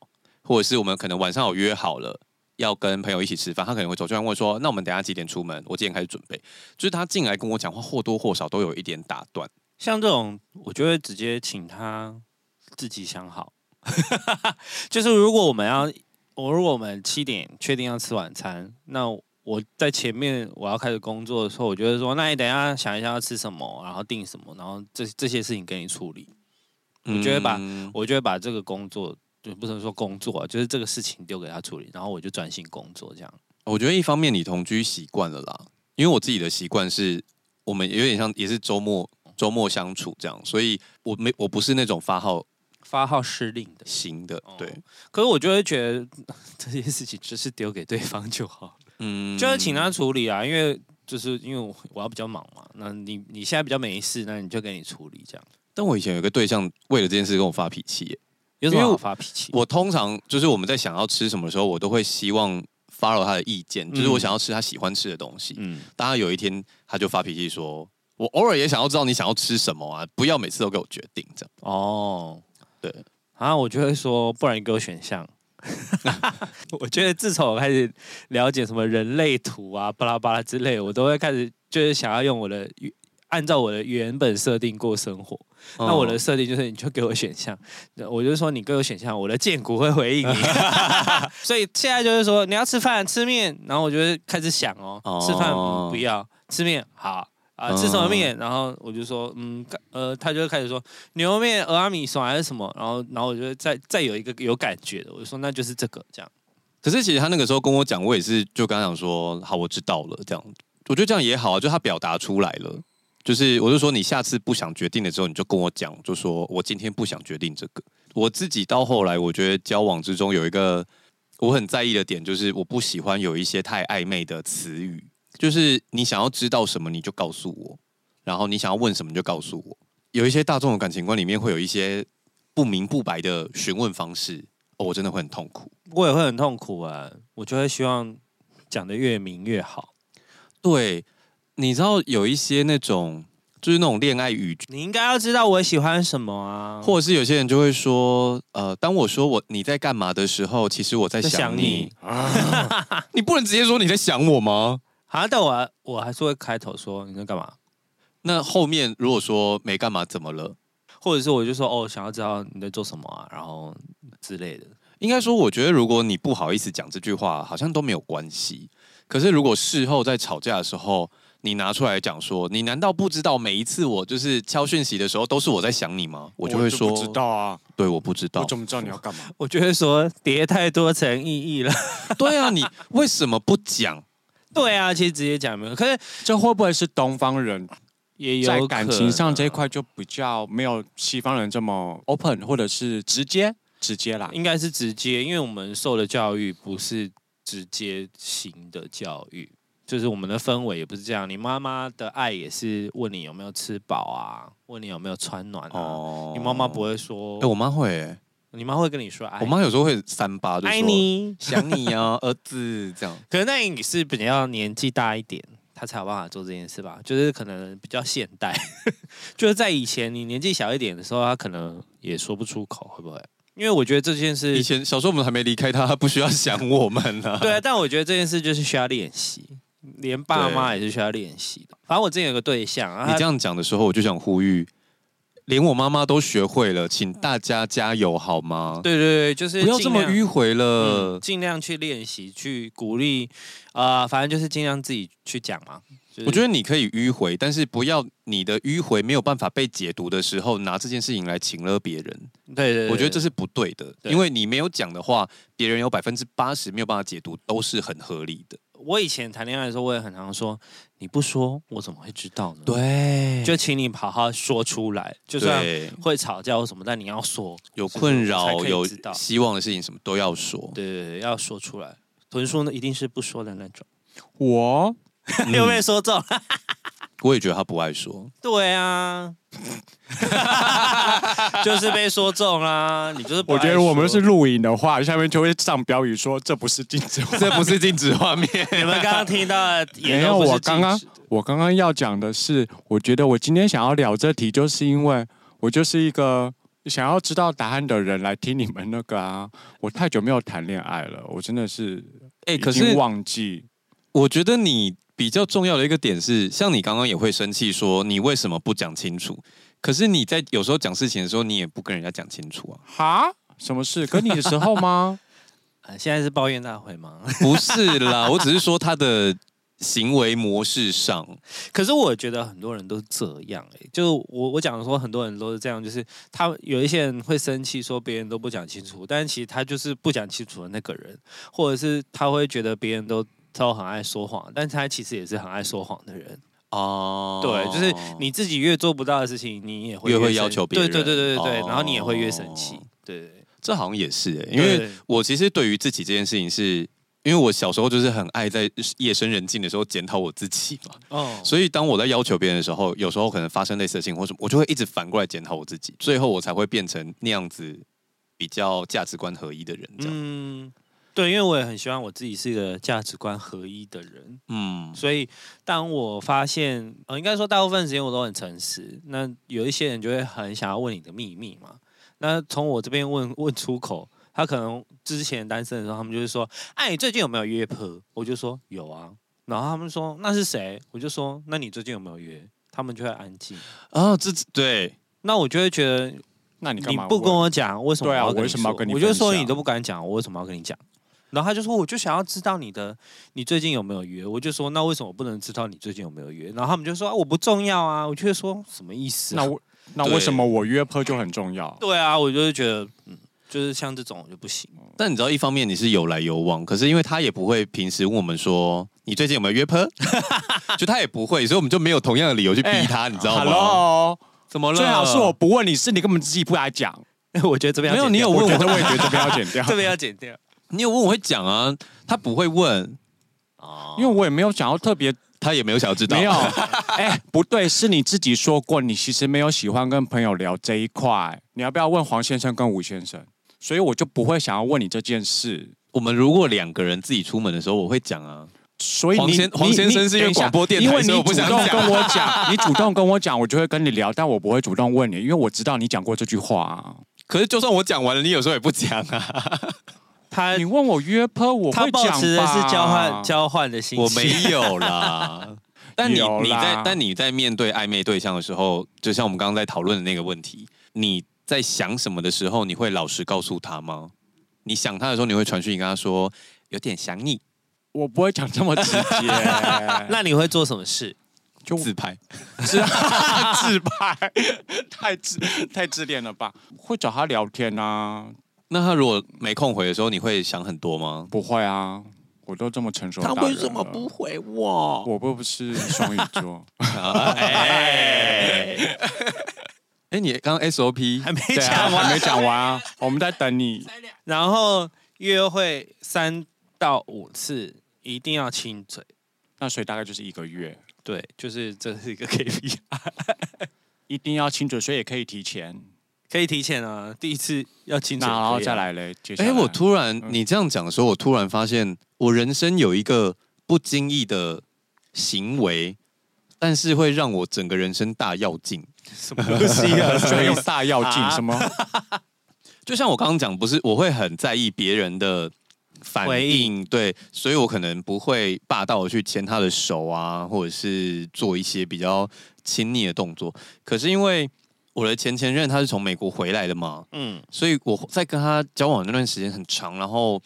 B: 或者是我们可能晚上有约好了。要跟朋友一起吃饭，他可能会走进来问说：“那我们等一下几点出门？我几点开始准备？”就是他进来跟我讲话，或多或少都有一点打断。
A: 像这种，我就会直接请他自己想好。 [laughs] 就是如果我们要，我如果我们七点确定要吃晚餐，那我在前面我要开始工作的时候，我就会说，那你等一下想一下要吃什么，然后定什么，然后这这些事情给你处理。我觉得吧
B: 嗯
A: 我就会把这个工作，就不能说工作啊，就是这个事情丢给他处理，然后我就专心工作这样。
B: 我觉得一方面你同居习惯了啦，因为我自己的习惯是，我们有点像也是周末周末相处这样，所以我没我不是那种发号
A: 发号施令的，
B: 型的，
A: 哦
B: 对，
A: 可是我就会觉得这些事情就是丢给对方就好，
B: 嗯，
A: 就是请他处理啊，因为就是因为我我要比较忙嘛，那你你现在比较没事，那你就给你处理这样，
B: 但我以前有一个对象，为了这件事跟我发脾气耶，
A: 有什么
B: 因为
A: 好
B: 我
A: 发脾气？
B: 我通常就是我们在想要吃什么的时候，我都会希望 follow 他的意见，就是我
A: 嗯
B: 想要吃他喜欢吃的东西，
A: 嗯，
B: 但他有一天他就发脾气说：“我偶尔也想要知道你想要吃什么啊，不要每次都给我决定这样。
A: 哦，
B: 嗯对，
A: 然啊后我就会说，不然你给我选
B: [laughs]
A: 项。我觉得自从我开始了解什么人类图啊、巴拉巴拉之类，我都会开始就是想要用我的按照我的原本设定过生活。”那我的
B: 嗯
A: 设定就是，你就给我选项，我就说你给我选项，我的剑骨会回
B: [laughs]
A: 应你。 [laughs] 所以现在就是说，你要吃饭吃面，然后我就会开始想哦，
B: 哦嗯
A: 吃饭、嗯不要，吃面好啊、吃什么面？然后我就说，嗯，呃，他就会开始说牛肉面、俄阿米爽还是什么，然后然后我就会再再有一个有感觉的，我就说那就是这个这样。
B: 可是其实他那个时候跟我讲，我也是就刚讲说，好，我知道了，这样，我觉得这样也好啊，就他表达出来了，就是我就说你下次不想决定的时候，你就跟我讲，就说我今天不想决定这个。我自己到后来，我觉得交往之中有一个我很在意的点，就是我不喜欢有一些太暧昧的词语，就是你想要知道什么你就告诉我，然后你想要问什么你就告诉我。有一些大众的感情观里面会有一些不明不白的询问方式，哦，我真的会很痛苦。
A: 我也会很痛苦啊，我就会希望讲的越明越好。
B: 对，你知道有一些那种就是那种恋爱语句，
A: 你应该要知道我喜欢什么啊，
B: 或者是有些人就会说，呃，当我说我你在干嘛的时候，其实我在
A: 在
B: 想
A: 想
B: 你
A: 你。
B: 你不能直接说你在想我吗？
A: 好，啊但我我还是会开头说你在干嘛，
B: 那后面如果说没干嘛，怎么了？
A: 或者是我就说哦，想要知道你在做什么啊，然后之类的。
B: 应该说，我觉得如果你不好意思讲这句话，好像都没有关系。可是如果事后在吵架的时候，你拿出来讲说，你难道不知道每一次我就是敲讯息的时候，都是我在想你吗？我就会说，
C: 不知道啊，
B: 对，我不知道
C: 我。怎么知道你要干嘛？
A: 我就会说叠太多层意义了。 [laughs]
B: 对啊，你为什么不讲？
A: 对啊，其实直接讲没有，可是
C: 这会不会是东方人
A: 也有
C: 在感情上这一
A: 可
C: 块就比较没有西方人这么 open，或者是直接直接啦
A: 能，应该是直接，因为我们受的教育不是直接型的教育，就是我们的氛围也不是这样。你妈妈的爱也是问你有没有吃饱啊，问你有没有穿暖啊。
B: 哦
A: 你妈妈不，会说，
B: 哎、我妈会、欸，
A: 你妈会跟你说爱，哎
B: 我妈有时候会三八，就
A: 爱
B: 说
A: 你。
B: 想
A: [laughs]
B: 你啊，儿子这样。
A: 可能那你是比较年纪大一点，她才有办法做这件事吧？就是可能比较现代， [laughs] 就是在以前你年纪小一点的时候，她可能也说不出口，会不会？因为我觉得这件事
B: 以前小时候我们还没离开他，他不需要想我们啊。
A: [laughs] 对啊，但我觉得这件事就是需要练习，连爸妈也是需要练习的。反正我之前有个对象，啊，
B: 你这样讲的时候，我就想呼吁，连我妈妈都学会了，请大家加油好吗？
A: 对对对，就是
B: 不要这么
A: 尽量。
B: 迂回了。
A: 嗯，尽量去练习，去鼓励，啊，反正就是尽量自己去讲嘛。
B: 我觉
A: 得
B: 得你可以迂回，但是不要你的迂回没有办法被解读的时候，拿这件事情来请了别人。
A: 对对，对
B: 我觉得这
A: 对
B: 是不对的，
A: 对
B: 因为你没有讲的话，别人有百分之八十没有办法解读，都是很合理的。
A: 我以前谈恋爱的时候，我也很常说，你不说，我怎么会知道呢？，
B: 对
A: 就请你好好说出来，就算
B: 对，
A: 会吵架或什么，但你要说，
B: 有困
A: 才
B: 扰、
A: 可以
B: 有
A: 知道
B: 希望的事情，什么都要说。
A: 对对对，要说出来。豚叔呢，一定是不说的那
C: [laughs]
A: 种， [laughs]
C: 我
A: 又被说中了。
B: 我也觉得他不爱说，
A: 对啊， [laughs] 就是被说中啦、你就是不
C: 我
A: 爱
C: 觉得我们
A: 说
C: 是录影的话，下面就会上标语说这不是禁止话。
B: 这不是禁止画面。
A: 你们刚刚听到的也
C: 没
A: 都
C: 有
A: 不是
C: 我刚刚
A: 禁止
C: 我刚刚要讲的是，我觉得我今天想要聊这题，就是因为我就是一个想要知道答案的人来听你们那个啊。我太久没有谈恋爱了，我真的是
B: 哎、
C: 已
B: 可
C: 经
B: 是
C: 忘记。
B: 我觉得你比较重要的一个点是，像你刚刚也会生气说你为什么不讲清楚，可是你在有时候讲事情的时候，你也不跟人家讲清楚啊，
C: 哈，什么事？跟你的时
B: [laughs]
C: 候吗？
A: 啊现在是抱怨大会吗？
B: 不是 [laughs] 啦，我只是说他的行为模式上，
A: 可是我觉得很多人都这样、欸，就我我讲说很多人都是这样，就是他有一些人会生气说别人都不讲清楚，但是其实他就是不讲清楚的那个人，或者是他会觉得别人都都很爱说谎，但他其实也是很爱说谎的人。
B: 哦，
A: 对，就是你自己越做不到的事情，你也会
B: 越会
A: 生
B: 要求别人
A: 对对对对对对，然后你也会越
B: 哦
A: 生气。对对，对
B: 这好像也是、欸，因为
A: 对
B: 我其实对于自己这件事情是。因为我小时候就是很爱在夜深人静的时候检讨我自己嘛，
A: 哦，
B: 所以当我在要求别人的时候，有时候可能发生类似的事情或什么，我就会一直反过来检讨我自己，最后我才会变成那样子比较价值观合一的人。这样，
A: 嗯，对，因为我也很希望我自己是一个价值观合一的人，
B: 嗯，
A: 所以当我发现，呃，应该说大部分时间我都很诚实。那有一些人就会很想要问你的秘密嘛，那从我这边问问出口。他可能之前单身的时候，他们就是说：“哎、你最近有没有约炮？”我就说：“有啊。”然后他们说：“那是谁？”我就说：“那你最近有没有约？”他们就会安静。
B: 啊，这对
A: 那我就会觉得
C: 那你干
A: 你
C: 嘛问？
A: 不跟我讲，为什么
C: 对啊
A: 要
C: 我为什么要
A: 说
C: 跟你
A: 我就
C: 分
A: 说
C: 享
A: 你都不敢讲，我为什么要跟你讲？然后他就说，我就想要知道你的，你最近有没有约？我就说，那为什么我不能知道你最近有没有约？然后他们就说，啊我不重要啊。我就会说，什么意思啊、
C: 那我那
B: 对
C: 为什么我约炮就很重要？
A: [laughs] 对啊，我就是觉得，嗯，就是像这种我就不行。 [laughs]
B: 但你知道，一方面你是有来有往，可是因为他也不会平时问我们说你最近有没有约炮， [laughs] 就他也不会，所以我们就没有同样的理由去
C: 哎
B: 逼他，你知道吗
C: Hello，
B: 怎么了？
C: 最好是我不问你是你根本自己不来讲。
A: 我觉得这边
B: 没
A: 要
B: 有，
A: 剪
B: 你有
A: 掉，
B: 问
C: 我
B: 我，
C: 觉得我也觉得这边要剪掉
B: [laughs]
A: 这边要剪
C: [laughs]
A: 掉
B: 你有问我会讲啊，他不会问，
A: 哦，
C: 因为我也没有想要特别
B: 他也没有想要 [laughs] 知道，
C: 没有，哎、不对，是你自己说过，你其实没有喜欢跟朋友聊这一块。你要不要问黄先生跟吴先生？所以我就不会想要问你这件事。
B: 我们如果两个人自己出门的时候，我会讲啊，
C: 所以
B: 黄
C: 你
B: 先
C: 你
B: 黄先生
C: 你
B: 是因为
C: 等一下
B: 广播电台
C: 因为你
B: 所以我不
C: 主
B: 想
C: 动
B: 讲
C: 跟我
B: [laughs]
C: 讲，你主动跟我讲，我就会跟你聊，但我不会主动问你，因为我知道你讲过这句话啊。
B: 可是就算我讲完了，你有时候也不讲啊。
A: 他
C: 你问我约炮，我
A: 他
C: 会
A: 保
C: 讲吧。
A: 持的是交换交换的心情，
B: 我没有啦。 [laughs] 但你
C: 有啦
B: 你在但你在面对暧昧对象的时候，就像我们刚刚在讨论的那个问题，你在想什么的时候，你会老实告诉他吗？你想他的时候，你会传讯跟他说有点想你，
C: 我不会讲这么直接。
A: [laughs] [laughs] 那你会做什么事？
C: 就
B: 自拍。
C: 自 [laughs] 自拍，太自太自恋了吧？会找他聊天啊？
B: 那他如果没空回的时候，你会想很多吗？
C: 不会啊，我都这么成熟。？
B: 回
A: [laughs]
B: 我？
C: 我不是双鱼座，
B: 啊 [laughs] 哎、
A: 哎，
B: 哎你刚刚 SOP
A: 还没
C: 对啊，
A: 讲
C: 还
A: 完
C: 没。讲完啊，我们在等你。
A: 然后约会三到五次一定要亲嘴，
C: 那所以大概就是一个月，
A: 对，就是这是一个 [laughs] KPI，
C: 一定要清楚，所以也可以提前，
A: 可以提前啊，第一次要亲
C: 那
A: 嘴，啊
C: 然后再。来嘞。接下
B: 哎、
C: 来
B: 我突然
C: 嗯
B: 你这样讲的时候，我突然发现我人生有一个不经意的行为，但是会让我整个人生大要进。
A: 什么东
C: [laughs]
A: 西啊？
C: 所以用大药
A: 啊
C: 劲什么？
B: 就像我刚刚讲，不是我会很在意别人的反
A: 回
B: 应，对，所以我可能不会霸道的去牵他的手啊，或者是做一些比较亲昵的动作。可是因为我的前前任他是从美国回来的嘛，
A: 嗯，
B: 所以我在跟他交往的那段时间很长，然后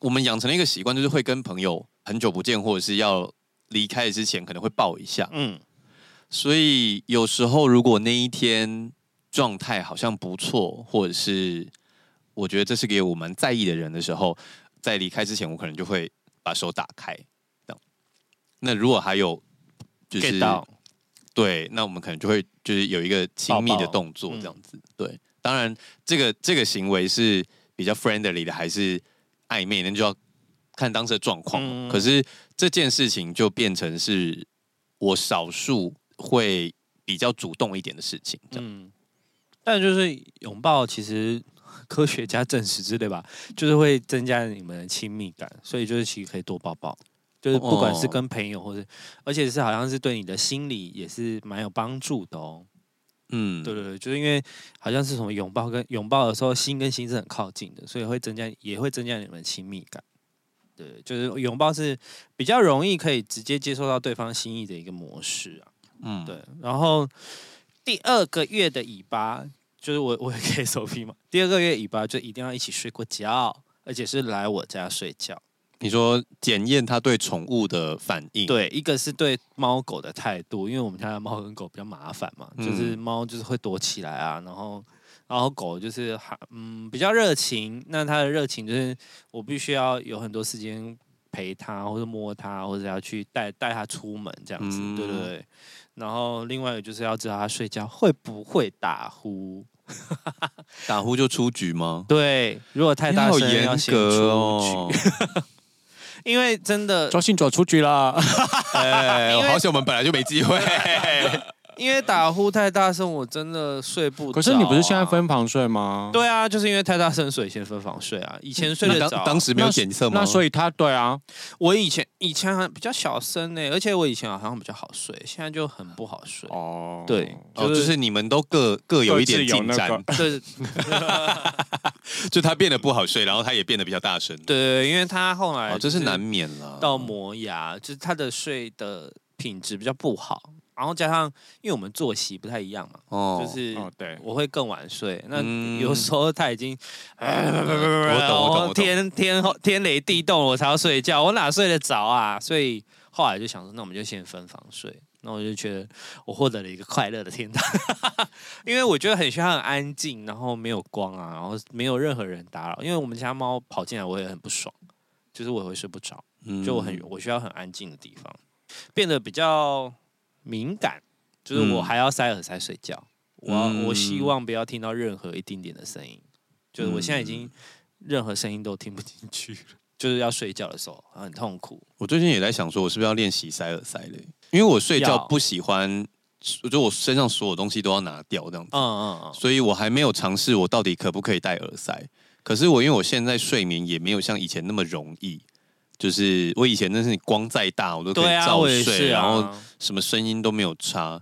B: 我们养成了一个习惯，就是会跟朋友很久不见，或者是要离开之前可能会抱一下。
A: 嗯，
B: 所以有时候如果那一天状态好像不错，或者是我觉得这是给我蛮在意的人的时候，在离开之前，我可能就会把手打开。这样，那如果还有就是
A: get 到
B: 对，那我们可能就会就是有一个亲密的动作
A: 抱抱嗯
B: 这样子。对，当然这个这个行为是比较 friendly 的，还是暧昧，那就要看当时的状况。
A: 嗯
B: 可是这件事情就变成是我少数会比较主动一点的事情，这样、
A: 嗯，但就是拥抱，其实科学家证实之类吧，就是会增加你们的亲密感，所以就是其实可以多抱抱，就是不管是
B: 哦
A: 跟朋友或是，而且是好像是对你的心理也是蛮有帮助的哦。
B: 嗯，
A: 对对对，就是因为好像是什么拥抱跟拥抱的时候，心跟心是很靠近的，所以会增加也会增加你们的亲密感。对，就是拥抱是比较容易可以直接接受到对方心意的一个模式啊。
B: 嗯，
A: 对，然后第二个月的尾巴，就是我我也可以 [laughs] SOP 嘛。第二个月尾巴就一定要一起睡过觉，而且是来我家睡觉。
B: 你说检验他对宠物的反应，，
A: 对，一个是对猫狗的态度，因为我们家的猫跟狗比较麻烦嘛，
C: 嗯
A: 就是猫就是会躲起来啊，然后然后狗就是还嗯比较热情，那它的热情就是我必须要有很多时间陪它，或者摸它，或者要去带带它出门这样子，
B: 嗯
A: 对对对。然后另外一个就是要知道它睡觉会不会打呼，
B: 打呼就出局吗？
A: 对，如果太
B: 你
A: 大
B: 好
A: 声要
B: 严
A: 先出
B: 格
A: 去，
B: 哦，
A: 因为真的
C: 周信卓出局了，
B: 哎，
A: [laughs] 因
B: 我
A: 为
B: 好险我们本来就没机会。
A: 因为打呼太大声，我真的睡不着啊、
C: 可是你不是现在分房睡吗？。
A: 对啊，就是因为太大声，所以先分房睡啊。以前 [laughs] 睡
B: 哦嗯那
A: 得
B: 当
A: 着啊，
B: 当时没有检测吗？
C: 那所
B: 以
C: 以他对啊，
A: 我以前以前还比较小声呢、而且我以前好像比较好睡，现在就很不好睡。
C: 哦，
A: 对
B: 哦，就是你们都各各有一点进
C: 各自有那
B: 展，
A: [laughs]
C: 个
A: 对对 [laughs]
B: 就他变得不好睡，然后他也变得比较大声。，
A: 对，因为他后来
B: 哦，这是
A: 就是
B: 难免了。
A: 到磨牙，就是他的睡的品质比较不好，然后加上因为我们作息不太一样嘛，
B: 哦
A: 就是
C: 哦对，
A: 我会更晚睡。那
B: 嗯
A: 有时候他已
B: [laughs]
A: 经，哎
B: 我懂我懂我懂
A: 哦天天天雷地动，我才要睡觉，我哪睡得着啊？所以后来就想说，那我们就先分房睡。那我就觉得我获得了一个快乐的天堂， [laughs] 因为我觉得很需要很安静，然后没有光啊，然后没有任何人打扰。因为我们家猫跑进来，我也很不爽，就是我也会睡不着。
B: 嗯
A: 就我很我需要很安静的地方，变得比较敏感，就是我
B: 嗯
A: 还要塞耳塞睡觉，我要我希
B: 嗯
A: 望不要听到任何一丁点的声音，就是我现在已
B: 嗯
A: 经任何声音都听不进去了， [laughs] 就是要睡觉的时候很痛苦，
B: 我最近也在想，说我是不是要练习塞耳塞嘞？因为我睡觉
A: 要
B: 不喜欢，我就我身上所有东西都要拿掉这样子，
A: 嗯嗯嗯，
B: 所以我还没有尝试我到底可不可以戴耳塞。可是我因为我现在睡眠也没有像以前那么容易，就是我以前真是光再大我都可
A: 对
B: 以
A: 啊，
B: 照
A: 我也
B: 睡，
A: 是
B: 然后
A: 啊。
B: 什么声音都没有差。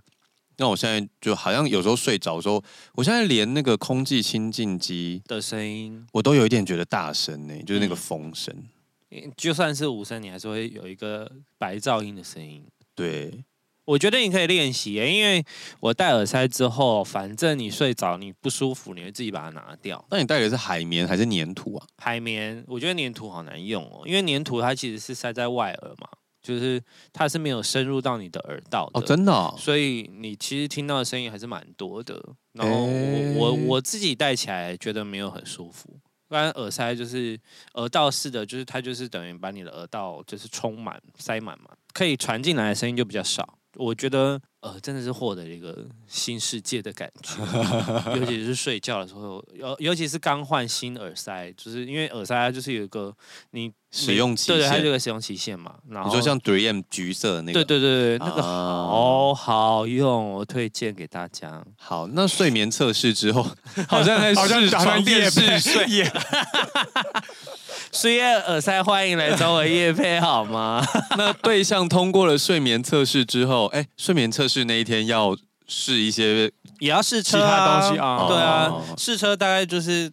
B: 那我现在就好像有时候睡着的时候，我现在连那个空气清净机，
A: 的声音，
B: 我都有一点觉得大声呢、就是那
A: 嗯
B: 个风声。
A: 就算是无声，你还是会有一个白噪音的声音。
B: 对，
A: 我觉得你可以练习耶，因为我戴耳塞之后，反正你睡着你不舒服，你会自己把它拿掉。
B: 那你戴的是海绵还是粘土啊？
A: 海绵，我觉得粘土好难用哦，因为粘土它其实是塞在外耳嘛，就是它是没有深入到你的耳道的。
B: 哦，真的哦、
A: 所以你其实听到的声音还是蛮多的。然后我、
B: 诶
A: 我我自己戴起来觉得没有很舒服，不然耳塞就是耳道式的，就是它就是等于把你的耳道就是充满塞满嘛，可以传进来的声音就比较少。我觉得呃，真的是获得了一个新世界的感
B: [laughs]
A: 觉，尤其是睡觉的时候，尤尤其是刚换新耳塞，就是因为耳塞它就是有一个你
B: 使用期
A: 对对，它就
B: 限，
A: 有个使用期限嘛。然后
B: 你说像 3M 橘色的那个，
A: 对对对对，那个
B: 啊
A: 好哦好用，我推荐给大家。
B: 好，那睡眠测
A: [laughs]
B: 试之后，好像在
C: 好像
B: 试
C: 好像
B: 床
C: 夜
B: 垫
C: 配
B: 试睡，
C: 夜
A: 苏叶耳塞，欢迎来找我叶配好
C: [laughs]
A: 吗？
B: 那对象通过了睡眠测试之后，哎、睡眠测试那一天要试一些
A: 也要试
C: 其
A: 车、
C: 他东西
A: 啊。
C: 啊，
A: 对
B: 哦
A: 啊，试车大概就是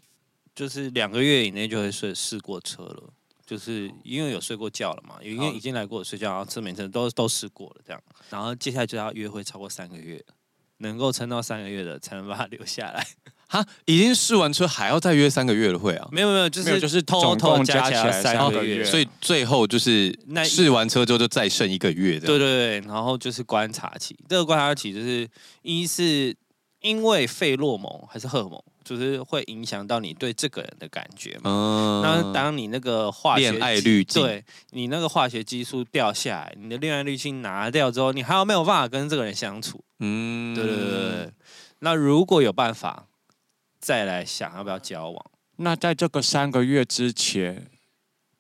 A: 就是两个月以内就会睡试过车了，就是因为有睡过觉了嘛，因为
C: 哦
B: 好
A: 已经来过我睡觉，然后吃每次都都试过了这样，然后接下来就要约会超过三个月，能够撑到三个月的才能把它留下来。
B: 哈，已经试完车还要再约三个月的会啊，
A: 没有没有，就
C: 没有
A: 是
C: 就是
A: 偷
C: 总
A: 偷
C: 共
A: 加起
C: 加起
A: 来
C: 来
A: 三
C: 三
A: 个
C: 个
A: 月，
C: 月
B: 所以最后就是
A: 啊那
B: 试完车之后就再剩一个月的，
A: 对对对，然后就是观察期，这个观察期就是一是因为费洛蒙还是荷尔蒙，就是会影响到你对这个人的感觉嘛。
B: 嗯
A: 那当你那个化学
B: 恋爱
A: 激
B: 滤镜
A: 对你那个化学激素掉下来，你的恋爱滤镜拿掉之后，你还有没有办法跟这个人相处？
B: 嗯
A: 对对对对对。那如果有办法，再来想要不要交往？
C: 那在这个三个月之前，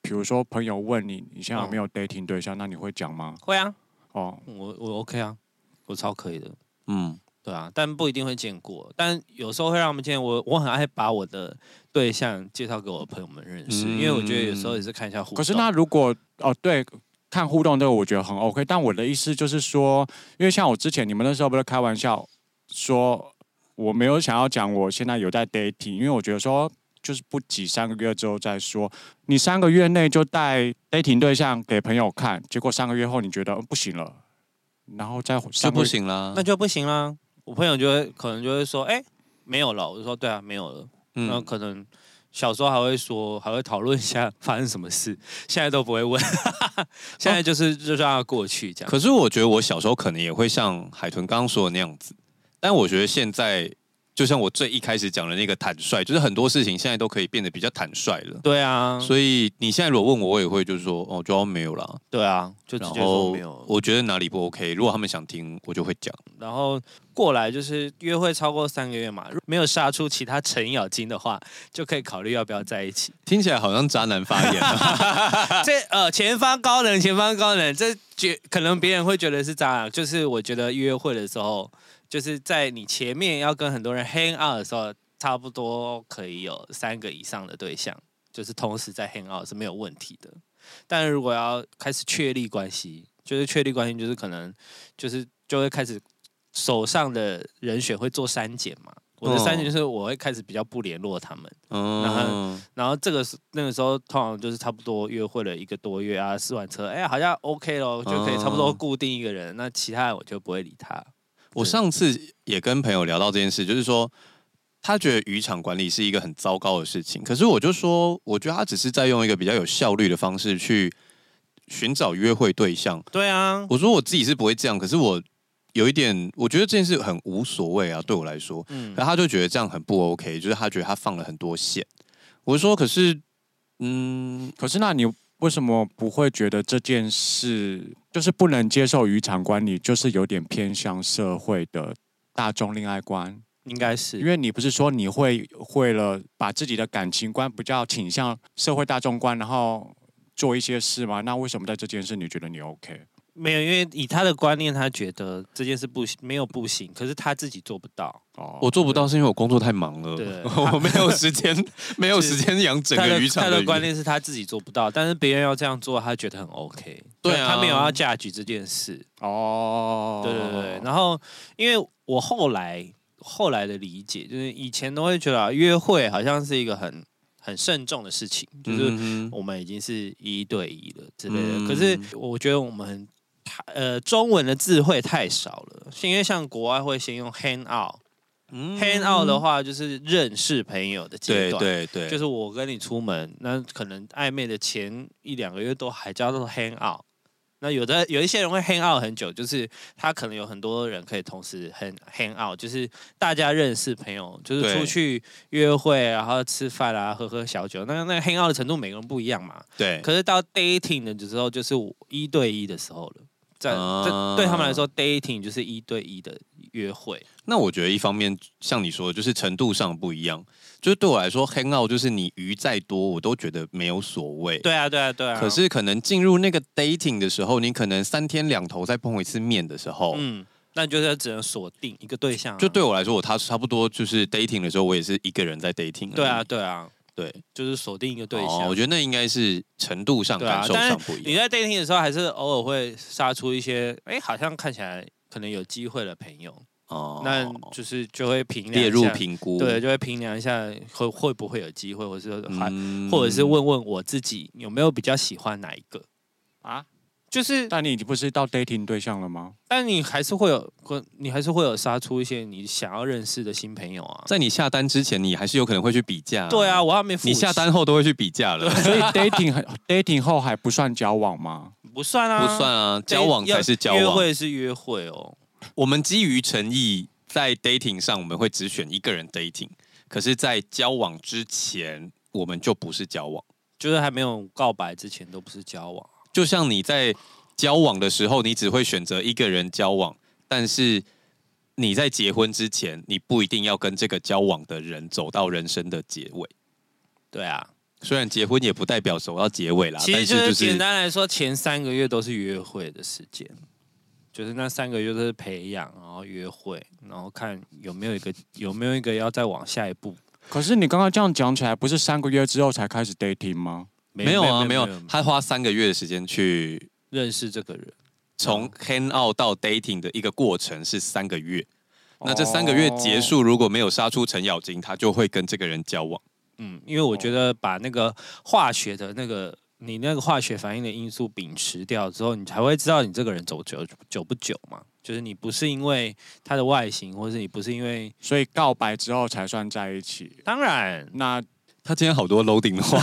C: 比如说朋友问你，你现在有没有
A: 嗯
C: dating 对象，那你会讲吗？
A: 会啊，
C: 哦，
A: 我我 OK 啊，我超可以的。
B: 嗯，
A: 对啊，但不一定会见过，但有时候会让他们见我。我很爱把我的对象介绍给我的朋友们认识，
B: 嗯
A: 因为我觉得有时候也是看一下互动。
C: 可是那如果哦对。看互动这个我觉得很 OK，但我的意思就是说，因为像我之前你们那时候不是开玩笑说我没有想要讲我现在有在 dating，因为我觉得说就是不急，三个月之后再说。你三个月内就带 dating 对象给朋友看，结果三个月后你觉得、嗯不行了，然后再
B: 就
C: 三个
B: 不
C: 月
B: 行啦，
A: 那就不行啦。我朋友就会可能就会说：“哎、没有了。”我就说：“对啊，没有了。那
B: 嗯，
A: 可能小时候还会说，还会讨论一下发生什么事，现在都不会问， [laughs] 现在就是、就让它过去这样。
B: 可是我觉得我小时候可能也会像海豚刚刚说的那样子，但我觉得现在就像我最一开始讲的那个坦率，就是很多事情现在都可以变得比较坦率了。
A: 对啊，
B: 所以你现在如果问我，我也会就是说哦，就要没有啦。
A: 对啊，就直
B: 然
A: 接说
B: 后
A: 没有了。
B: 我觉得哪里不 OK，如果他们想听，我就会讲。
A: 然后过来就是约会超过三个月嘛，如没有杀出其他程咬金的话，就可以考虑要不要在一起。
B: 听起来好像渣男发言、啊，
A: 这呃，前方高能，前方高能，这觉可能别人会觉得是渣男，就是我觉得约会的时候，就是在你前面要跟很多人 hang out 的时候，差不多可以有三个以上的对象，就是同时在 hang out 是没有问题的。但如果要开始确立关系，就是确立关系，就是可能就是就会开始手上的人选会做删减嘛。我的删减就是我会开始比较不联络他们，
B: 嗯，
A: 然后这个是那个时候通常就是差不多约会了一个多月啊，试完车，哎、好像 OK 咯，就可以差不多固定一个人。那其他人我就不会理他。
B: 我上次也跟朋友聊到这件事，就是说他觉得渔场管理是一个很糟糕的事情，可是我就说，我觉得他只是在用一个比较有效率的方式去寻找约会对象。
A: 对啊，
B: 我说我自己是不会这样，可是我有一点，我觉得这件事很无所谓啊，对我来说。
A: 嗯
B: 可，他就觉得这样很不 OK，就是他觉得他放了很多线。我说，可是，嗯，
C: 可是那你为什么不会觉得这件事就是不能接受渔场观？你就是有点偏向社会的大众恋爱观，
A: 应该是
C: 因为你不是说你会为了把自己的感情观比较倾向社会大众观，然后做一些事吗？那为什么在这件事你觉得你 OK？
A: 没有，因为以他的观念，他觉得这件事不行，没有不行，可是他自己做不到。
C: 哦
B: 我做不到是因为我工作太忙了，
A: 对
B: [laughs] 我没有
A: [laughs]
B: 时间，没有时间养整
A: 他
B: 个
A: 的
B: 渔场
A: 他
B: 的
A: 的
B: 鱼
A: 观念是他自己做不到，但是别人要这样做，他觉得很 OK。
B: 对啊
A: 他没有要嫁举这件事。
C: 哦，
A: 对对对。然后，因为我后来后来的理解，就是以前都会觉得啊约会好像是一个很很慎重的事情，就是
B: 嗯哼
A: 我们已经是一对一了之类的。
B: 嗯
A: 可是我觉得我们太呃中文的智慧太少了，是因为像国外会先用 hang out、hang out 的话就是认识朋友的阶
B: 嗯对
A: 段。
B: 对对，
A: 就是我跟你出门，那可能暧昧的前一两个月都还叫做 hang out。那有的有一些人会 hang out 很久，就是他可能有很多人可以同时 hang hang out，就是大家认识朋友，就是
B: 对
A: 出去约会，然后吃饭啊，喝喝小酒。那那 hang out 的程度每个人不一样嘛。
B: 对，
A: 可是到 dating 的时候，就是我一对一的时候了。在
B: 啊
A: 这对他们来说，dating 就是一对一的约会。
B: 那我觉得一方面像你说的，就是程度上不一样。就是对我来说，hang out 就是你鱼再多，我都觉得没有所谓。、
A: 对啊，对啊，对啊。
B: 可，是可能进入那个 dating 的时候，你可能三天两头再碰一次面的时候，
A: 嗯，那就是只能锁定一个对象啊、
B: 就对我来说，我他差不多就是 dating 的时候，我也是一个人在 dating 而已。
A: 对啊，对啊，
B: 对
A: 就是锁定一个对
B: 嗯哦
A: 象。
B: 我觉得那应该是程度上、
A: 对啊
B: 感受上不一
A: 你
B: 样。
A: 在 dating 的时候，还是偶尔会杀出一些，哎、好像看起来可能有机会的朋友，
B: 哦
A: 那就是就会评量一下
B: 列入，评估，
A: 对，就会评量一下会会不会有机会，或者是还、
B: 嗯
A: 或者是问问我自己有没有比较喜欢哪一个
C: 啊
A: 啊？就是，
C: 但你已经不是到 dating 对象了吗？
A: 但你还是会有，你还是会有杀出一些你想要认识的新朋友啊。
B: 在你下单之前，你还是有可能会去比价。
A: 对啊，，我还没付
B: 你下单后都会去比价了，
C: 所以 dating 很 dating 后还不算交往吗？
A: 不算啊，
B: 不算啊，交往才是交
A: 约
B: 往。
A: 会是约会哦。
B: 我们基于诚意，在 dating 上我们会只选一个人 dating，可是，在交往之前，我们就不是交往。
A: 就是还没有告白之前都不是交往。
B: 就像你在交往的时候，你只会选择一个人交往，但是你在结婚之前，你不一定要跟这个交往的人走到人生的结尾。
A: 对啊，
B: 虽然结婚也不代表走到结尾啦，
A: 其实
B: 但
A: 就是是
B: 就
A: 简
B: 是
A: 单来说，前三个月都是约会的时间，就是那三个月都是培养，然后约会，然后看有没有一个有没有一个要再往下一步。
C: 可是你刚刚这样讲起来，不是三个月之后才开始 dating 吗？
B: 没有啊，没有，他花三个月的时间去
A: 认识这个人，
B: 从 hang out 到 dating 的一个过程是三个月。那这三个月结
C: 哦
B: 束，如果没有杀出程咬金，他就会跟这个人交往。
A: 嗯，因为我觉得把那个化学的那个。你那个化学反应的因素秉持掉之后，你才会知道你这个人走久久不久嘛。就是你不是因为他的外形，或是你不是因为……
C: 所以告白之后才算在一起。
A: 当然，
C: 那
B: 他今天好多 loading 的话，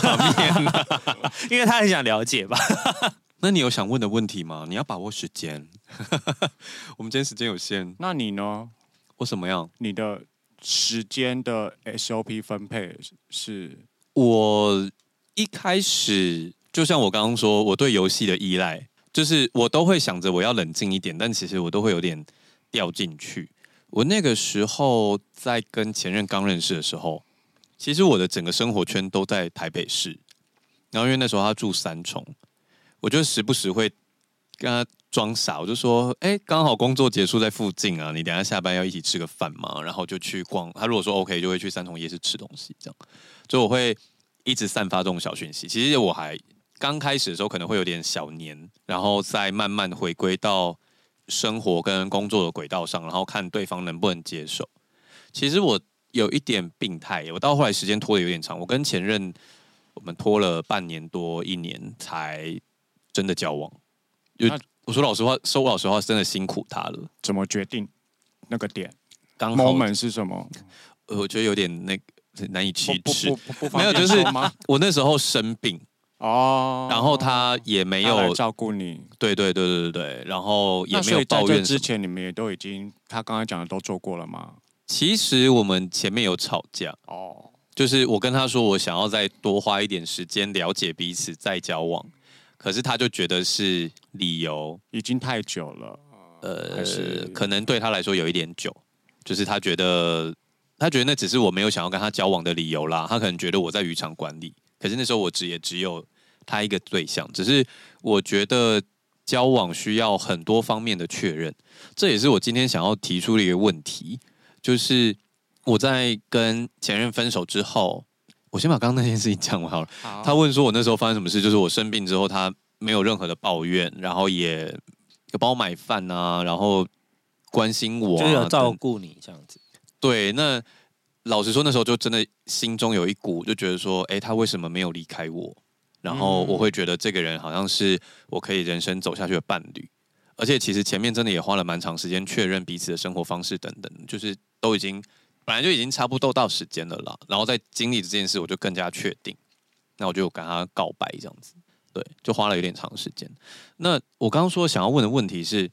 A: 因为他很想了解吧。
B: [laughs] 那你有想问的问题吗？你要把握时间。 [laughs] 我们今天时间有限，
C: 那你呢？
B: 我什么样？
C: 你的时间的 SOP 分配是
B: 我一开始就像我刚刚说，我对游戏的依赖，就是我都会想着我要冷静一点，但其实我都会有点掉进去。我那个时候在跟前任刚认识的时候，其实我的整个生活圈都在台北市，然后因为那时候他住三重，我就时不时会跟他装傻，我就说：“哎、刚好工作结束在附近啊，你等一下下班要一起吃个饭嘛。”然后就去逛。他如果说 OK，就会去三重夜市吃东西，这样。所以我会一直散发这种小讯息。其实我还刚开始的时候可能会有点小黏，然后再慢慢回归到生活跟工作的轨道上，然后看对方能不能接受。其实我有一点病态耶，我到后来时间拖的有点长，我跟前任我们拖了半年多一年才真的交往。就
C: 那
B: 我说老实话，说老实话，真的辛苦他了。
C: 怎么决定那个点
B: 刚好
C: ？moment 是什么？
B: 呃我觉得有点那个难以启
C: 不
B: 齿
C: 不。不不方
B: 没有
C: 便
B: 就是
C: 说吗？
B: 我那时候生病，
C: [laughs] 哦，
B: 然后他也没
C: 没
B: 有
C: 照顾你，
B: 对对对对对，然后也
C: 那
B: 没
C: 所
B: 有
C: 以在
B: 抱
C: 这
B: 怨什
C: 之
B: 么。
C: 前，你们也都已经他刚才讲的都做过了吗？
B: 其实我们前面有吵架，
C: 哦，
B: 就是我跟他说我想要再多花一点时间了解彼此再交往，可是他就觉得是理由，
C: 已经太久了，还
B: 呃
C: 是，
B: 可能对他来说有一点久，就是他觉得他觉得那只是我没有想要跟他交往的理由啦，他可能觉得我在渔场管理，可是那时候我只也只有他一个对象，只是我觉得交往需要很多方面的确认，这也是我今天想要提出的一个问题，就是我在跟前任分手之后，我先把刚刚那件事情讲完好了。
C: 哦
B: 他问说我那时候发生什么事，就是我生病之后，他没有任何的抱怨，然后也有帮我买饭啊，然后关心我、啊，
A: 就是有照
B: 等
A: 顾你这样子。
B: 对，那老实说，那时候就真的心中有一股就觉得说，哎，他为什么没有离开我？然后
A: 嗯
B: 我会觉得这个人好像是我可以人生走下去的伴侣，而且其实前面真的也花了蛮长时间确认彼此的生活方式等等，就是都已经本来就已经差不多到时间了啦。然后在经历这件事，我就更加确定，那我就跟他告白这样子，对，就花了有点长时间。那我刚刚说想要问的问题是，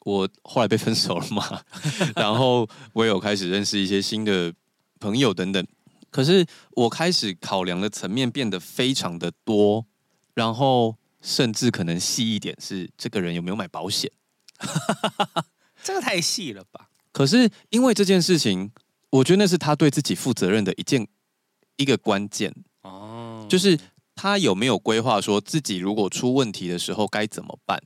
B: 我后来被分手了嘛？ [laughs] 然后我也有开始认识一些新的朋友等等。可是我开始考量的层面变得非常的多，然后甚至可能细一点是这个人有没有买保险。
A: 这个太细了吧？
B: 可是因为这件事情，我觉得那是他对自己负责任的一件一个关键，
A: 哦，
B: 就是他有没有规划说自己如果出问题的时候该怎么办，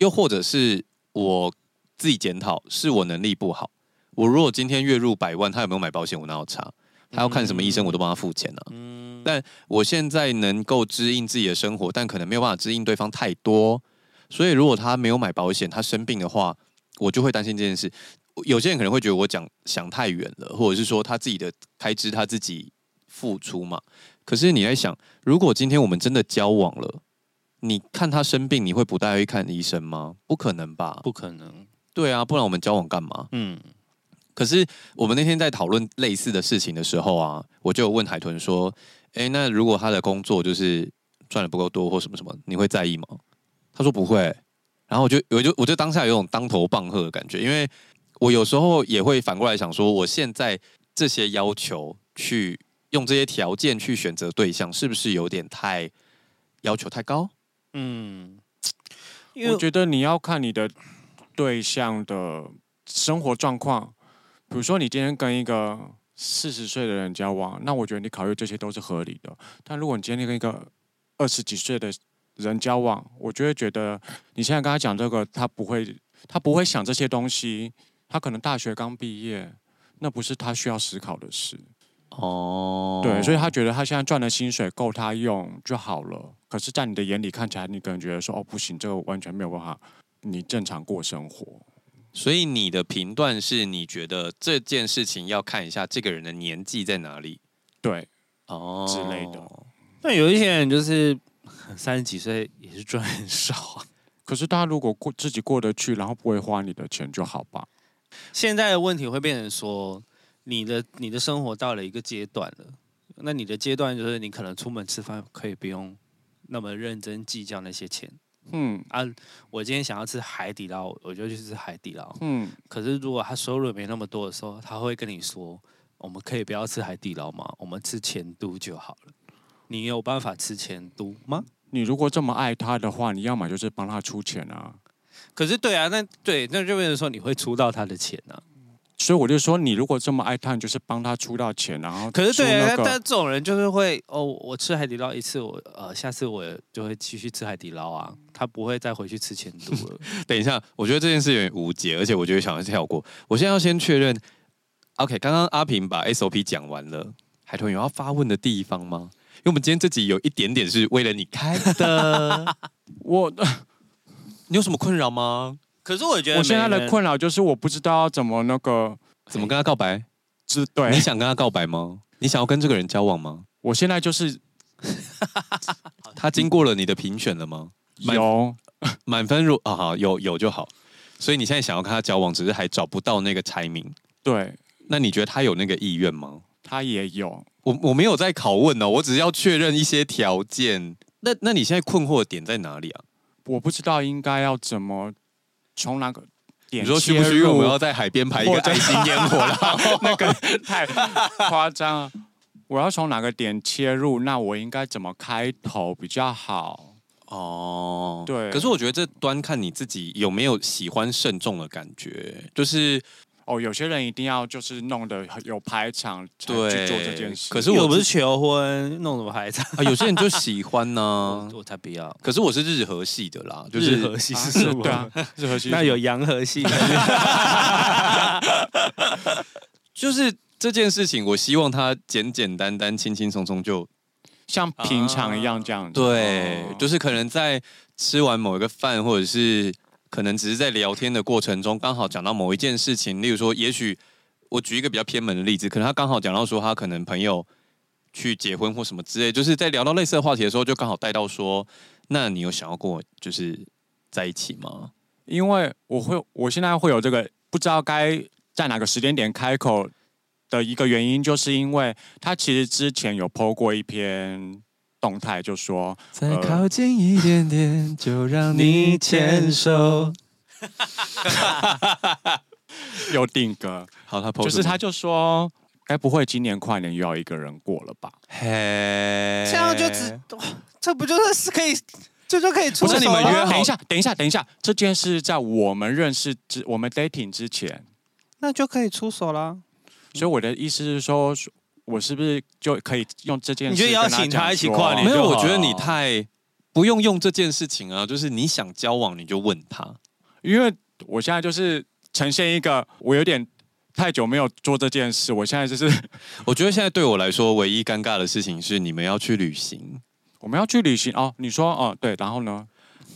B: 又或者是我自己检讨是我能力不好，我如果今天月入百万，他有没有买保险，我哪有差？他要看什么医生，我都帮他付钱啊。
A: 嗯
B: 但我现在能够支应自己的生活，但可能没有办法支应对方太多。所以如果他没有买保险，他生病的话，我就会担心这件事。有些人可能会觉得我讲想太远了，或者是说他自己的开支他自己付出嘛。可是你在想，如果今天我们真的交往了，你看他生病，你会不带他去看医生吗？不可能吧？
A: 不可能。
B: 对啊，不然我们交往干嘛？
A: 嗯，
B: 可是我们那天在讨论类似的事情的时候啊，我就有问海豚说：“诶，那如果他的工作就是赚的不够多或什么什么，你会在意吗？”他说不会。然后我就我就我就当下有种当头棒喝的感觉，因为我有时候也会反过来想说，我现在这些要求去用这些条件去选择对象，是不是有点太要求太高？
A: 嗯，因为
C: 我觉得你要看你的对象的生活状况，比如说你今天跟一个四十岁的人交往，那我觉得你考虑这些都是合理的。但如果你今天跟一个二十几岁的人交往，我就会觉得你现在跟他讲这个，他不会，他不会想这些东西，他可能大学刚毕业，那不是他需要思考的事。
B: 哦
C: 对，所以他觉得他现在赚的薪水够他用就好了。可是，在你的眼里看起来，你可能觉得说，哦，不行，这个完全没有办法，你正常过生活。
B: 所以你的评断是你觉得这件事情要看一下这个人的年纪在哪里
C: 对，
B: 哦
C: 之类的。
A: 那有一些人就是三十几岁也是赚很少啊。
C: 可是他如果过自己过得去，然后不会花你的钱就好吧？
A: 现在的问题会变成说，你的你的生活到了一个阶段了，那你的阶段就是你可能出门吃饭可以不用那么认真计较那些钱
C: 嗯
A: 啊。我今天想要吃海底捞，我就去吃海底捞。
C: 嗯，
A: 可是如果他收入没那么多的时候，他会跟你说：“我们可以不要吃海底捞吗？我们吃前都就好了。”你有办法吃前都吗？
C: 你如果这么爱他的话，你要么就是帮他出钱啊。
A: 可是对啊，那对那就变成说你会出到他的钱啊。
C: 所以我就说，你如果这么爱他，你就是帮他出到钱，然后
A: 可是
C: 出
A: 对啊，
C: 那
A: 但
C: 个
A: 但这种人就是会哦，我吃海底捞一次，我呃下次我就会继续吃海底捞啊，他不会再回去吃前都了。
B: 等一下，我觉得这件事有点无解，而且我觉得想要跳过。我现在要先确认，OK，刚刚阿平把 SOP 讲完了，海豚有要发问的地方吗？因为我们今天这集有一点点是为了你开的，
A: [laughs]
C: 我
B: 你有什么困扰吗？
A: 可是我觉
C: 我现在的困扰就是我不知道要怎么那个，
B: 怎么跟他告白？
C: 知对
A: [laughs]
B: 你想跟他告白吗？你想要跟这个人交往吗？
C: 我现在就是
B: 他经过了你的评选了吗？蛮
C: 有
B: 满分如啊好有有就好，所以你现在想要跟他交往，只是还找不到那个柴名。
C: 对
B: 那你觉得他有那个意愿吗？
C: 他也有，
B: 我我没有在拷问哦，我只是要确认一些条件。那那你现在困惑的点在哪里啊？
C: 我不知道应该要怎么从哪个点
B: 你说需不
C: 切
B: 需要
C: 入
B: 我们要在海边排一个
C: 或者
B: 爱心烟火啦？
C: [laughs] 那个太夸张了。我要从哪个点切入？那我应该怎么开头比较好？
B: 哦，
C: 对
B: 可是我觉得这端看你自己有没有喜欢慎重的感觉，就是
C: 哦，有些人一定要就是弄得很有排场才去做这件事。
B: 可是
A: 就
B: 我
A: 我不
B: 不
A: 是
B: 是
A: 求婚，弄什么孩子？
B: 啊，有些人就喜欢呢、
A: [laughs]
C: [laughs]
A: 我我才不要。
B: 可是我是日和系的啦，嗯就
A: [laughs] 日
B: 是
A: 和系
C: 啊
A: 是什么？
C: 对啊，是核心。
A: 那有洋和系吗，
B: 就是这件事情，我希望它简简单单、轻轻松松就
C: 像平常一样这样子。
B: 对，
C: 哦
B: 就是可能在吃完某一个饭，或者是可能只是在聊天的过程中，刚好讲到某一件事情，例如说，也许我举一个比较偏门的例子，可能他刚好讲到说他可能朋友去结婚或什么之类，就是在聊到类似的话题的时候，就刚好带到说，那你有想要跟我就是在一起吗？
C: 因为我
A: 嗯
C: 会，我现在会有这个不知道该在哪个时间点开口的一个原因，就是因为他其实之前有 PO 过一篇动态，就说
B: 再
C: 靠
B: 近一点点，就让
A: 你牵
B: 手。
C: 有定格，
B: 好，他 po
C: 就是
B: 什么
C: 他，就说，该不会今年跨年又要一个人过了吧？
B: 嘿，哎
A: 这样就只哇这不就是可以，这就可以出
B: 不
A: 手
B: 是你们
A: 了
B: 约好
C: 等一下，哎等一下，等一下，这件事在我们认识之，我们 dating 之前，
A: 那就可以出手啦。
C: 所以我的意思是说，我是不是就可以用这件事
A: 你就邀请
C: 跟讲
A: 他一起
C: 说
A: 跨年
B: 没有，
A: 就
B: 我
A: 好
B: 觉得你
A: 了
B: 太不用用这件事情啊，就是你想交往你就问他，
C: 因为我现在就是呈现一个我有点太久没有做这件事，我现在就是 [laughs]
B: 我觉得现在对我来说，唯一尴尬的事情是你们要去旅行。
C: 我们要去旅行哦。你说哦，对，然后呢？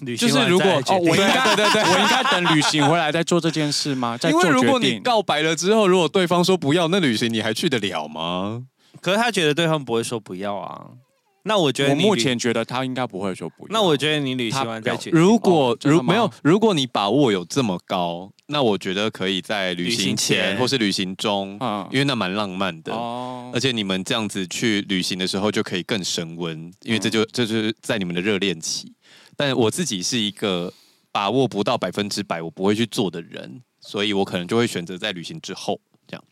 A: 旅
B: 就
A: 行
B: 是
A: 完
B: 如果
A: 再决
B: 哦
A: 定
B: 我应该
C: 对对，我应该
B: [laughs]
C: 等旅行回来再做这件事吗？再
B: 因
C: 做
B: 为
C: 决定。
B: 如果你告白了之后，如果对方说不要，那旅行你还去得了吗？
A: 可是他觉得对方不会说不要啊。那我觉得
C: 我
A: 你
C: 目
A: 旅，
C: 前觉得他应该不会说不要。
A: 那我觉得你旅行完再
C: 他表
A: 去，
B: 如果
C: 哦真的
B: 如
C: 吗
B: 没有，如果你把握有这么高，那我觉得可以在旅
A: 旅
B: 行
A: 行
B: 前
A: 前
B: 或是旅行中，
C: 嗯
B: 因为那蛮浪漫的。
C: 哦
B: 而且你们这样子去旅行的时候，就可以更升温，因为这就、这就是在你们的热恋期。但我自己是一个把握不到百分之百，我不会去做的人，所以我可能就会选择在旅行之后这样。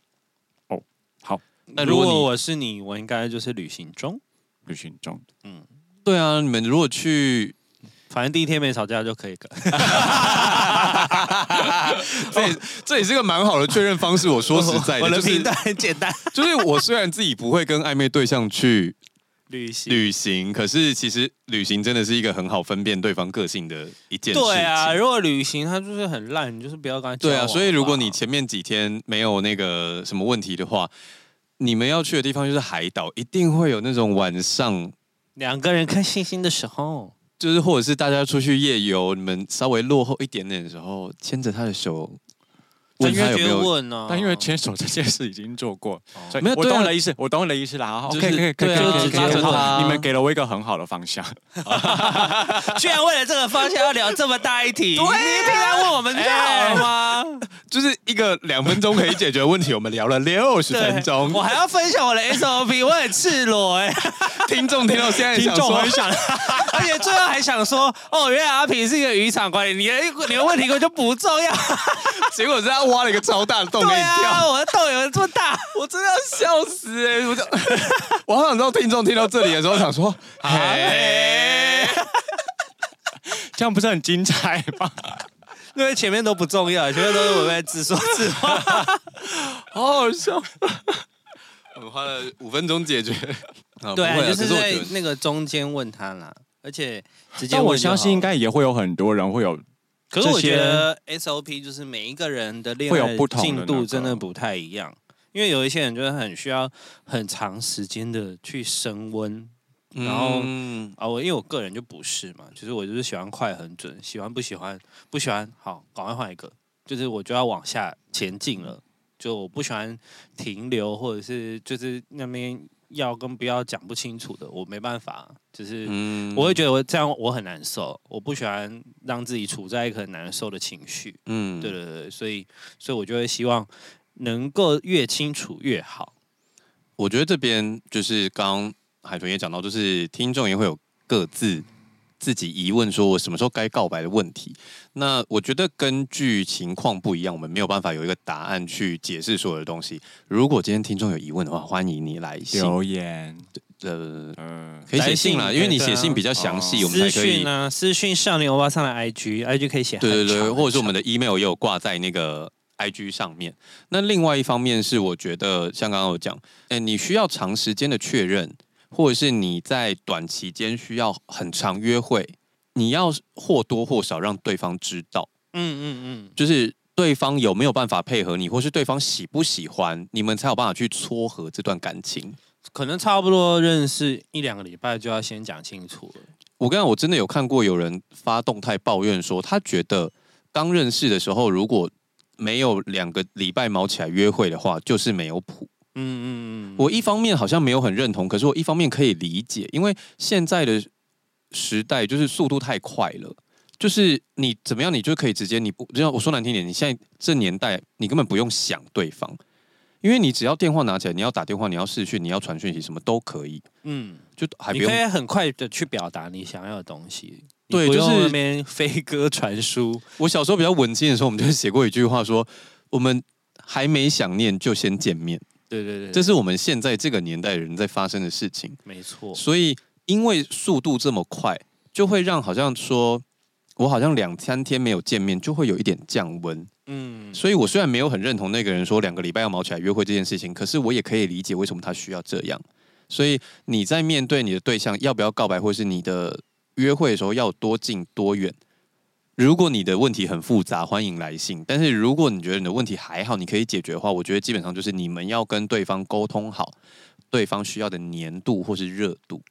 C: 哦，好。
B: 那
A: 如
B: 如果
A: 果
B: 你
A: 我是你，我应该就是旅行中，
C: 旅行中，
B: 对啊，你们如果去，
A: 反正第一天没吵架就可以了。
B: 这也这也是个蛮好的确认方 [laughs] 式。我说实
A: [laughs]
B: 在
A: 我
B: 的，
A: 的
B: 就是
A: 评断很简单，
B: 就是我虽然自己不会跟暧昧对象去
A: 旅行。
B: 旅行，可是其实旅行真的是一个很好分辨对方个性的一件事情。
A: 对啊，如果旅行他就是很烂，你就是不要跟他交
B: 对
A: 往
B: 啊，所以如果你
A: 吧
B: 前面几天没有那个什么问题的话，你们要去的地方就是海岛，一定会有那种晚上，
A: 两个人看星星的时候，
B: 就是或者是大家出去夜游，你们稍微落后一点点的时候，牵着他的手，问
A: 正确
B: 他有没
A: 就
B: 有。
A: 问哦呢、
C: 但因为牵手这件事已经做过，所
B: 哦
C: 以
B: 没有
C: 我
B: 对啊
C: 懂你的意思，我懂你的意思啦。好
B: 就
C: OK，
B: 是
C: 可以可以
B: 对
C: 可以
A: 啊
C: 可以，
A: 就拉
C: 可以
A: 着
C: 好
B: 他
C: 你们给了我一个很好的方
B: [laughs]
C: 向。
A: 居然为了这个方向要聊这么大一
B: [laughs]
A: 题，你平常问我们就好了吗？
B: 啊哎就是一个两分钟可以解决的问题，我们聊了六十分钟
A: 对，我还要分享
B: [laughs]
A: 我的 SOP，我很赤裸哎、啊
B: 听众听到现在
C: 听
B: 想
C: 众
B: 说
C: 很想， [laughs]
A: 而且最后还想说，哦，原来阿平是一个渔场管理，你的你的问题根本就不重
B: [laughs]
A: 要。
B: [laughs] 结果是他挖了一个超大的洞给
A: 对
B: 你
A: 啊，
B: 跳，
A: 我的洞有这么大，
B: [laughs] 我真的要笑死
A: [laughs]
B: 哎、我就我好想知道听众听到这里的时候想说，
A: 啊哎
B: 嘿。
C: 这样不是很精彩吗？
A: 因为前面都不重要，前面都是我在自说自
B: [laughs]
A: 话。
B: 啊好好笑。我们花了五分钟解决。
A: 对、
B: 啊不会
A: 啊，
B: 啊
A: 就是
B: 可
A: 在
B: 我觉得
A: 那个中间问他啦，而且直接
C: 但我
A: 问就好
C: 相信应该也会有很多人会有
A: 可是我
C: 这些
A: 觉得 SOP 就是每一个人的恋
C: 会有
A: 爱
C: 不同的
A: 进
C: 那
A: 度
C: 个
A: 真的不太一样，因为有一些人就是很需要很长时间的去升温然后
B: 嗯
A: 啊。我因为我个人就不是嘛，就是我就是喜欢快很准，喜欢不喜欢不喜欢好，赶快换一个，就是我就要往下前进了，就我不喜欢停留或者是就是那边要跟不要讲不清楚的，我没办法，就是。
B: 嗯
A: 我会觉得我这样我很难受，我不喜欢让自己处在一个很难受的情绪。
B: 嗯
A: 对对对，所以所以我就会希望能够越清楚越好。
B: 我觉得这边就是刚刚海豚也讲到，就是听众也会有各自自己疑问，说我什么时候该告白的问题。那我觉得根据情况不一样，我们没有办法有一个答案去解释所有的东西。如果今天听众有疑问的话，欢迎你来信，
C: 留言，
B: 呃，
C: 嗯，
B: 可以写信啦，
A: 哦来信
B: 因为你
A: 对
B: 写
A: 啊
B: 信比较详细，我们才
A: 私
B: 可以
A: 讯啊，私讯少年欧巴上的 IG，IG 可以写很
B: 对对对，
A: 长
B: 或者是我
A: 很
B: 们的 email 也有挂在那个 IG 上面。那另外一方面是，我觉得像刚刚我讲，哎，你需要长时间的确认，或者是你在短期间需要很长约会，你要或多或少让对方知道，
A: 嗯嗯嗯，
B: 就是对方有没有办法配合你，或是对方喜不喜欢，你们才有办法去撮合这段感情。
A: 可能差不多认识一两个礼拜就要先讲清楚了。
B: 我跟你讲，我真的有看过有人发动态抱怨说，他觉得刚认识的时候，如果没有两个礼拜毛起来约会的话，就是没有谱。
A: 嗯嗯嗯，
B: 我一方面好像没有很认同，可是我一方面可以理解，因为现在的时代就是速度太快了，就是你怎么样，你就可以直接你不，就像我说难听点，你现在这年代，你根本不用想对方，因为你只要电话拿起来，你要打电话，你要视讯，你要传讯息，什么都可以，
A: 嗯，
B: 就还不
A: 你
B: 用
A: 可以很快的去表达你想要的东西，你
B: 对
A: 不
B: 就是
A: 用那边飞鸽传书。
B: 我小时候比较文青的时候，我们就写过一句话说：“我们还没想念就先见面。
A: 对对”对，
B: 这是我们现在这个年代人在发生的事情。
A: 没错。
B: 所以，因为速度这么快，就会让好像说，我好像两三天没有见面，就会有一点降温。
A: 嗯，
B: 所以我虽然没有很认同那个人说两个礼拜要毛起来约会这件事情，可是我也可以理解为什么他需要这样。所以你在面对你的对象要不要告白，或是你的约会的时候要有多近多远。如果你的问题很复杂，欢迎来信。但是如果你觉得你的问题还好，你可以解决的话，我觉得基本上就是你们要跟对方沟通好对方需要的粘度或是热度。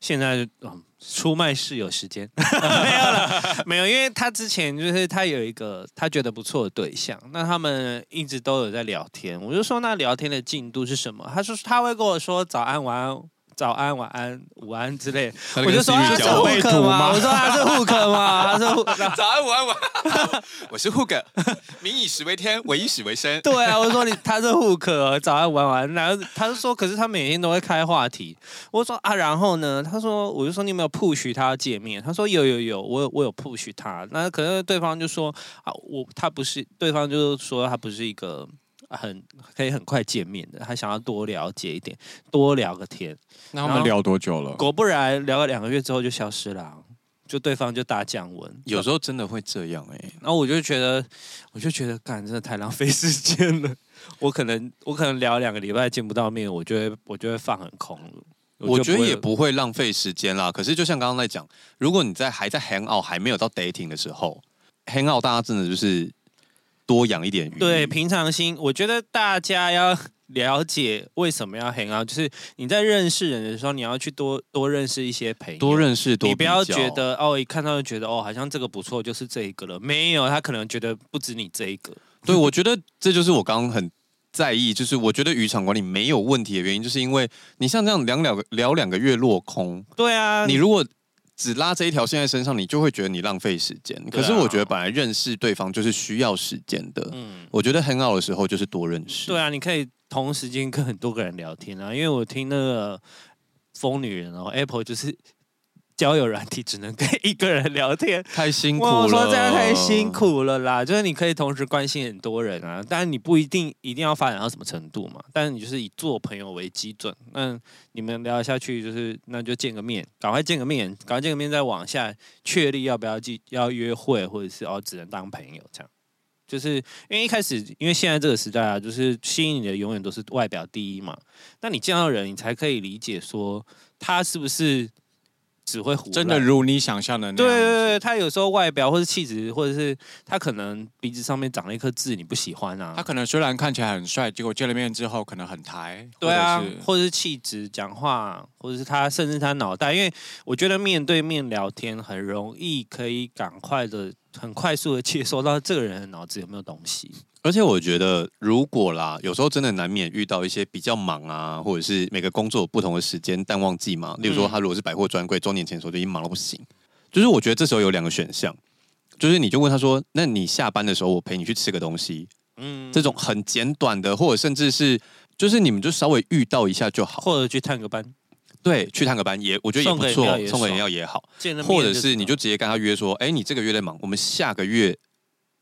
A: 现在嗯，出卖室友时间 [laughs] 没有了，没有，因为他之前就是他有一个他觉得不错的对象，那他们一直都有在聊天，我就说那聊天的进度是什么？他说他会跟我说早安、晚安、早安、晚安、午安之类的，我就说他是
C: 交互换
A: hook 吗？
C: 图吗
A: 我说他是 hook 吗？他是 [laughs] hook。
B: 早安，午安，晚安，我是 Hook，民 [laughs] 以食为天，我以史为生。
A: [laughs] 对啊，我说你他是 hook，哦早安晚安，然后他就说，可是他每天都会开话题。我说啊，然后呢？他说，我就说你有没有 push 他要见面？他说有有有，我有我有 push 他。那可能对方就说啊，我他不是，对方就说他不是一个很可以很快见面的，他想要多了解一点，多聊个天。
C: 那他们聊多久了？
A: 果不然，聊了两个月之后就消失了啊、就对方就打降温。
B: 有时候真的会这样哎、
A: 然后我就觉得，我就觉得，干，真的太浪费时间了。我可能，我可能聊两个礼拜见不到面，我就会，我就会放很空了。
B: 我
A: 就
B: 觉得
A: 会
B: 也不会浪费时间啦。可是就像刚刚在讲，如果你在还在 hang out 还没有到 dating 的时候，hang out 大家真的就是多养一点鱼。
A: 对平常心。我觉得大家要 [laughs] 了解为什么要 hang out，就是你在认识人的时候，你要去多多认识一些朋友，
B: 多认识多
A: 你不要
B: 比较
A: 觉得哦，一看到就觉得哦，好像这个不错，就是这一个了。没有，他可能觉得不止你这一个。
B: 对，我觉得这就是我刚刚很在意，就是我觉得渔场管理没有问题的原因，就是因为你像这样两两个聊两个月落空，
A: 对啊，
B: 你如果只拉这一条线在身上，你就会觉得你浪费时间。可是
A: 对啊
B: 我觉得本来认识对方就是需要时间的。
A: 嗯，
B: 我觉得 hang out 的时候就是多认识。
A: 对啊，你可以同时间跟很多个人聊天啊，因为我听那个疯女人哦，Apple 就是交友软体只能跟一个人聊天。
B: 太辛苦了。
A: 我说这样太辛。苦了啦，就是你可以同时关心很多人啊，但你不一定一定要发展到什么程度嘛，但是你就是以做朋友为基准，那你们聊下去就是那就见个面，赶快见个面，赶快见个面再往下确立要不要继要约会，或者是哦只能当朋友这样。就是因为一开始，因为现在这个时代啊，就是吸引你的永远都是外表第一嘛。那你见到人，你才可以理解说他是不是只会胡
C: 真的
A: 乱
C: 如你想象的那
A: 对
C: 样？
A: 对对，他有时候外表或是气质，或者是他可能鼻子上面长了一颗痣，你不喜欢啊。
C: 他可能虽然看起来很帅，结果见了面之后可能很抬。
A: 对啊
C: 或者是，
A: 或者是气质、讲话，或者是他甚至他脑袋，因为我觉得面对面聊天很容易可以赶快的、很快速的接收到这个人的脑子有没有东西。
B: 而且我觉得，如果啦，有时候真的难免遇到一些比较忙啊，或者是每个工作有不同的时间淡旺季嘛。例如说，
A: 嗯
B: 他如果是百货专柜，周年前的时候就已经忙到不行。就是我觉得这时候有两个选项，就是你就问他说：“那你下班的时候，我陪你去吃个东西。”
A: 嗯，
B: 这种很简短的，或者甚至是就是你们就稍微遇到一下就好。
A: 或者去探个班，
B: 对，去探个班也我觉得也
A: 送
B: 不
A: 个饮料
B: 错，
A: 也
B: 送个
A: 爽
B: 饮料也好，
A: 见了面
B: 或者是
A: 知
B: 你
A: 道
B: 就直接跟他约说，哎，你这个月在忙，我们下个月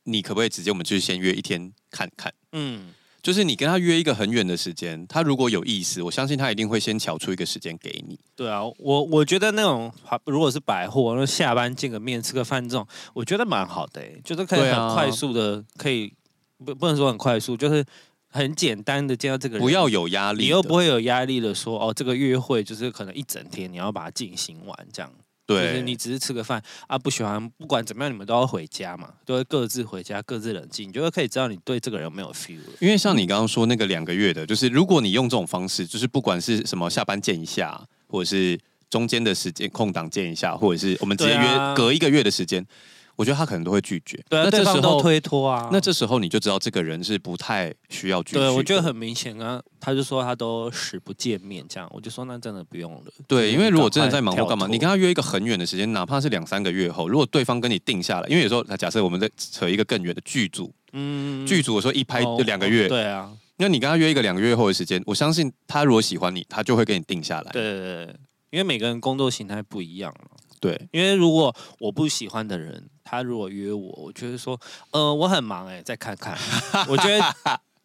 B: 你可不可以直接我们就先约一天看看？
A: 嗯
B: 就是你跟他约一个很远的时间，他如果有意思，我相信他一定会先瞧出一个时间给你。
A: 对啊，我我觉得那种如果是百货，那下班见个面吃个饭这种，我觉得蛮好的、欸，就是可以
B: 对啊
A: 很快速的可以不不能说很快速，就是很简单的见到这个人，
B: 不要有压力的，
A: 你又不会有压力的说哦，这个约会就是可能一整天你要把它进行完这样。就是
B: 对
A: 你只是吃个饭啊，不喜欢，不管怎么样，你们都要回家嘛，都会各自回家，各自冷静，你就会可以知道你对这个人有没有 feel 了。
B: 因为像你刚刚说那个两个月的，就是如果你用这种方式，就是不管是什么下班见一下，或者是中间的时间空档见一下，或者是我们直接
A: 对
B: 约
A: 啊
B: 隔一个月的时间，我觉得他可能都会拒绝。
A: 对啊，
B: 那
A: 对
B: 这
A: 方
B: 时
A: 都
B: 候，
A: 推脱啊。
B: 那这时候你就知道这个人是不太需要继续的。
A: 对我觉得很明显啊，他就说他都死不见面这样，我就说那真的不用了。
B: 对，因为如果真的在忙或干嘛，
A: 赶快跳脱
B: 你跟他约一个很远的时间，哪怕是两三个月后，如果对方跟你定下来，因为有时候假设我们在扯一个更远的剧组，
A: 嗯
B: 剧组我说一拍就
A: 哦
B: 两个月，
A: 哦对啊，
B: 那你跟他约一个两个月后的时间，我相信他如果喜欢你，他就会跟你定下来。
A: 对对对对，因为每个人工作形态不一样嘛。
B: 对
A: 因为如果我不喜欢的人，他如果约我，我就会说，呃，我很忙哎、再看 [laughs] 看。我觉得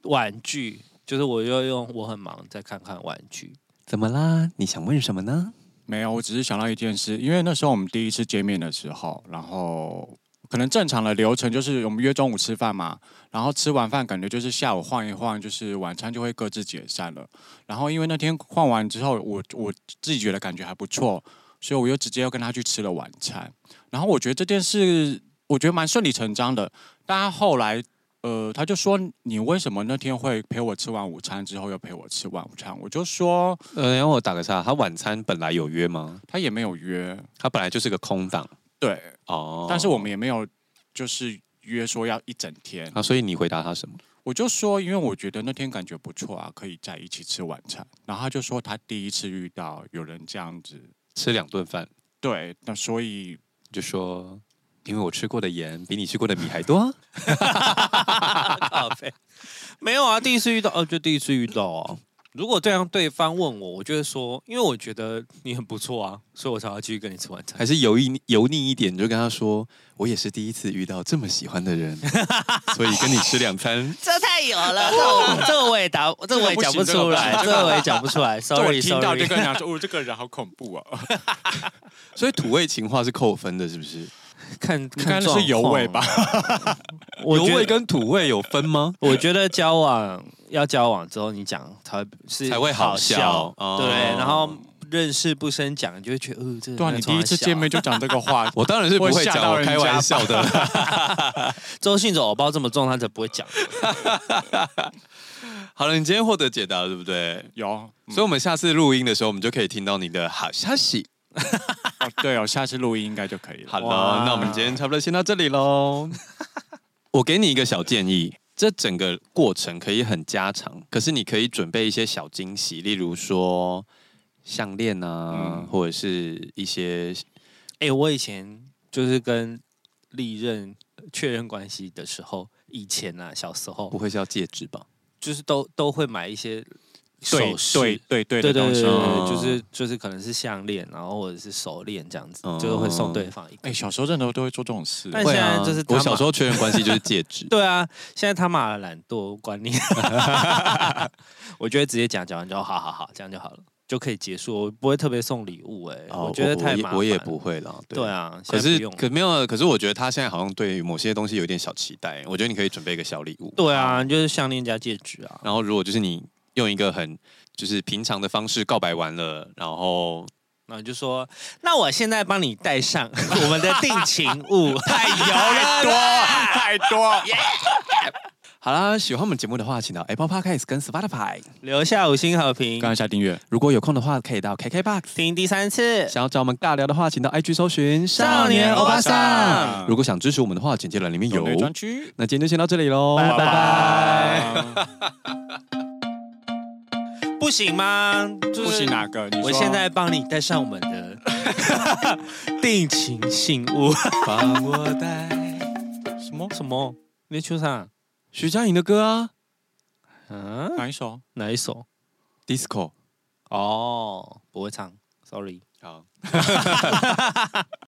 A: 婉拒，就是我就用我很忙，再看看婉拒。
B: 怎么啦？你想问什么呢？
C: 没有，我只是想到一件事，因为那时候我们第一次见面的时候，然后可能正常的流程就是我们约中午吃饭嘛，然后吃完饭感觉就是下午晃一晃，就是晚餐就会各自解散了。然后因为那天晃完之后，我我自己觉得感觉还不错，所以我又直接又跟他去吃了晚餐。然后我觉得这件事，我觉得蛮顺理成章的。但他后来。呃，他就说你为什么那天会陪我吃完午餐之后又陪我吃晚午餐？我就说
B: 呃，然后我打个岔，他晚餐本来有约吗？
C: 他也没有约，
B: 他本来就是个空档
C: 对，
B: 哦。
C: 但是我们也没有就是约说要一整天，
B: 啊，所以你回答他什么？
C: 我就说，因为我觉得那天感觉不错啊，可以在一起吃晚餐。然后他就说他第一次遇到有人这样子，
B: 吃两顿饭
C: 对，那所以
B: 就说，因为我吃过的盐比你吃过的米还多啊。
A: 靠背啊没有啊，第一次遇到哦，就第一次遇到啊。如果这样对方问我，我就会说，因为我觉得你很不错啊，所以我才要继续跟你吃晚餐。
B: 还是油腻油腻一点，你就跟他说，我也是第一次遇到这么喜欢的
C: [laughs]
B: 人，所以跟你吃两餐。
A: 这太有了， [laughs] 这我这我也答，这我也讲不出来，这我也讲不出
C: [laughs]
A: 来。
C: 这我
A: Sorry，
C: 听到
A: Sorry， [laughs]
C: 就跟人家说，哦，这个人好恐怖啊！
B: 所以土味情话是扣分的，是不是？
A: 看
C: 应
A: 看
C: 该是油味吧？
A: 状况？我
B: 油
A: 觉得，
B: 味跟土味有分吗？
A: 我觉得交往要交往之后，你讲才会是
B: 才会好
A: 好
B: 笑哦，
A: 对，然后认识不深讲，你就会觉得，呃，这个
C: 对啊，
A: 人
C: 你
A: 冲
C: 第一
A: 他
C: 次
A: 小
C: 见面就讲这个话
B: 我当然是不会
C: 会吓
B: 讲，
C: 到
B: 我
C: 人
B: 开
C: 家
B: 玩
C: 吧
B: 笑的。
A: 周信哲，我包这么重，他才不会讲。
B: 好了，你今天获得解答了，对不对？
C: 有，
B: 所以，我们下次录音的时候，我们就可以听到你的好消息。
C: 哦对哦，下次录音应该就可以了。
B: 好了
A: 哇，
B: 那我们今天差不多先到这
A: [laughs]
B: 里喽。我给你一个小建议，这整个过程可以很家常，可是你可以准备一些小惊喜，例如说项链啊，
C: 嗯
B: 或者是一些
A: 哎、我以前就是跟历任确认关系的时候，以前啊，小时
B: 不
A: 候
B: 会是要戒指吧？
A: 就是都都会买一些
C: 对
A: 首饰，
C: 对对
A: 对
C: 对
A: 对对
C: 的东
A: 对
C: 西。
A: 对
B: 嗯
A: 就是就是可能是项链，然后或者是手链这样子，
B: 嗯
A: 就是会送对方一个。
C: 哎，小时候真的都会做这种事，
A: 但
B: 会
A: 现在
B: 啊
A: 就是他
B: 我
A: 嘛。
B: 小时候确认关系就是戒指
A: [laughs] 对啊，现在他妈的懒惰，管
B: [laughs]
A: 你，我就会直接讲，讲完之后，好好好，这样就好了，就可以结束。我不会特别送礼物、哎、
B: 哦
A: 我觉得太
B: 也
A: 麻烦
B: 我也
A: 了
B: 不会啦。
A: 对。啊，
B: 可
A: 现在
B: 是
A: 不用了
B: 可没有啊，可是我觉得他现在好像对于某些东西有点小期待，我觉得你可以准备一个小礼物。
A: 对啊，就是项链加戒指啊。
B: 然后如果就是你用一个很就是平常的方式告白完了，然后
A: 然后就说：“那我现在帮你带上 [laughs] 我们的定情物，太 [laughs]
C: 太
A: 油
C: 多太多。
B: 好啦，喜欢我们节目的话，请到 Apple Podcast 跟 Spotify，
A: 留下五星好评，
C: 刚才下订阅，
B: 如果有空的话，可以到 KKBox。
A: 听第三次。
B: 想要找我们尬聊的话，请到 IG 搜寻
A: 少年欧巴
C: 桑
B: 如果想支持我们的话，简介栏里面有
C: 有。专区。
B: 那今天就先到这里喽，
A: 拜拜
C: 拜。
A: 不行吗？就是
C: 不行哪个？你
A: 我
C: 说
A: 现在帮你带上我们
C: [laughs]
A: 的定情信物。
B: 把
C: 啊
B: 我带。
A: 什么什么？你在唱啥？
B: 徐佳莹的歌啊
A: 嗯，
C: 哪一首？
A: 哪一首？
B: ，Disco。
A: 哦，不会唱，sorry。
B: 好。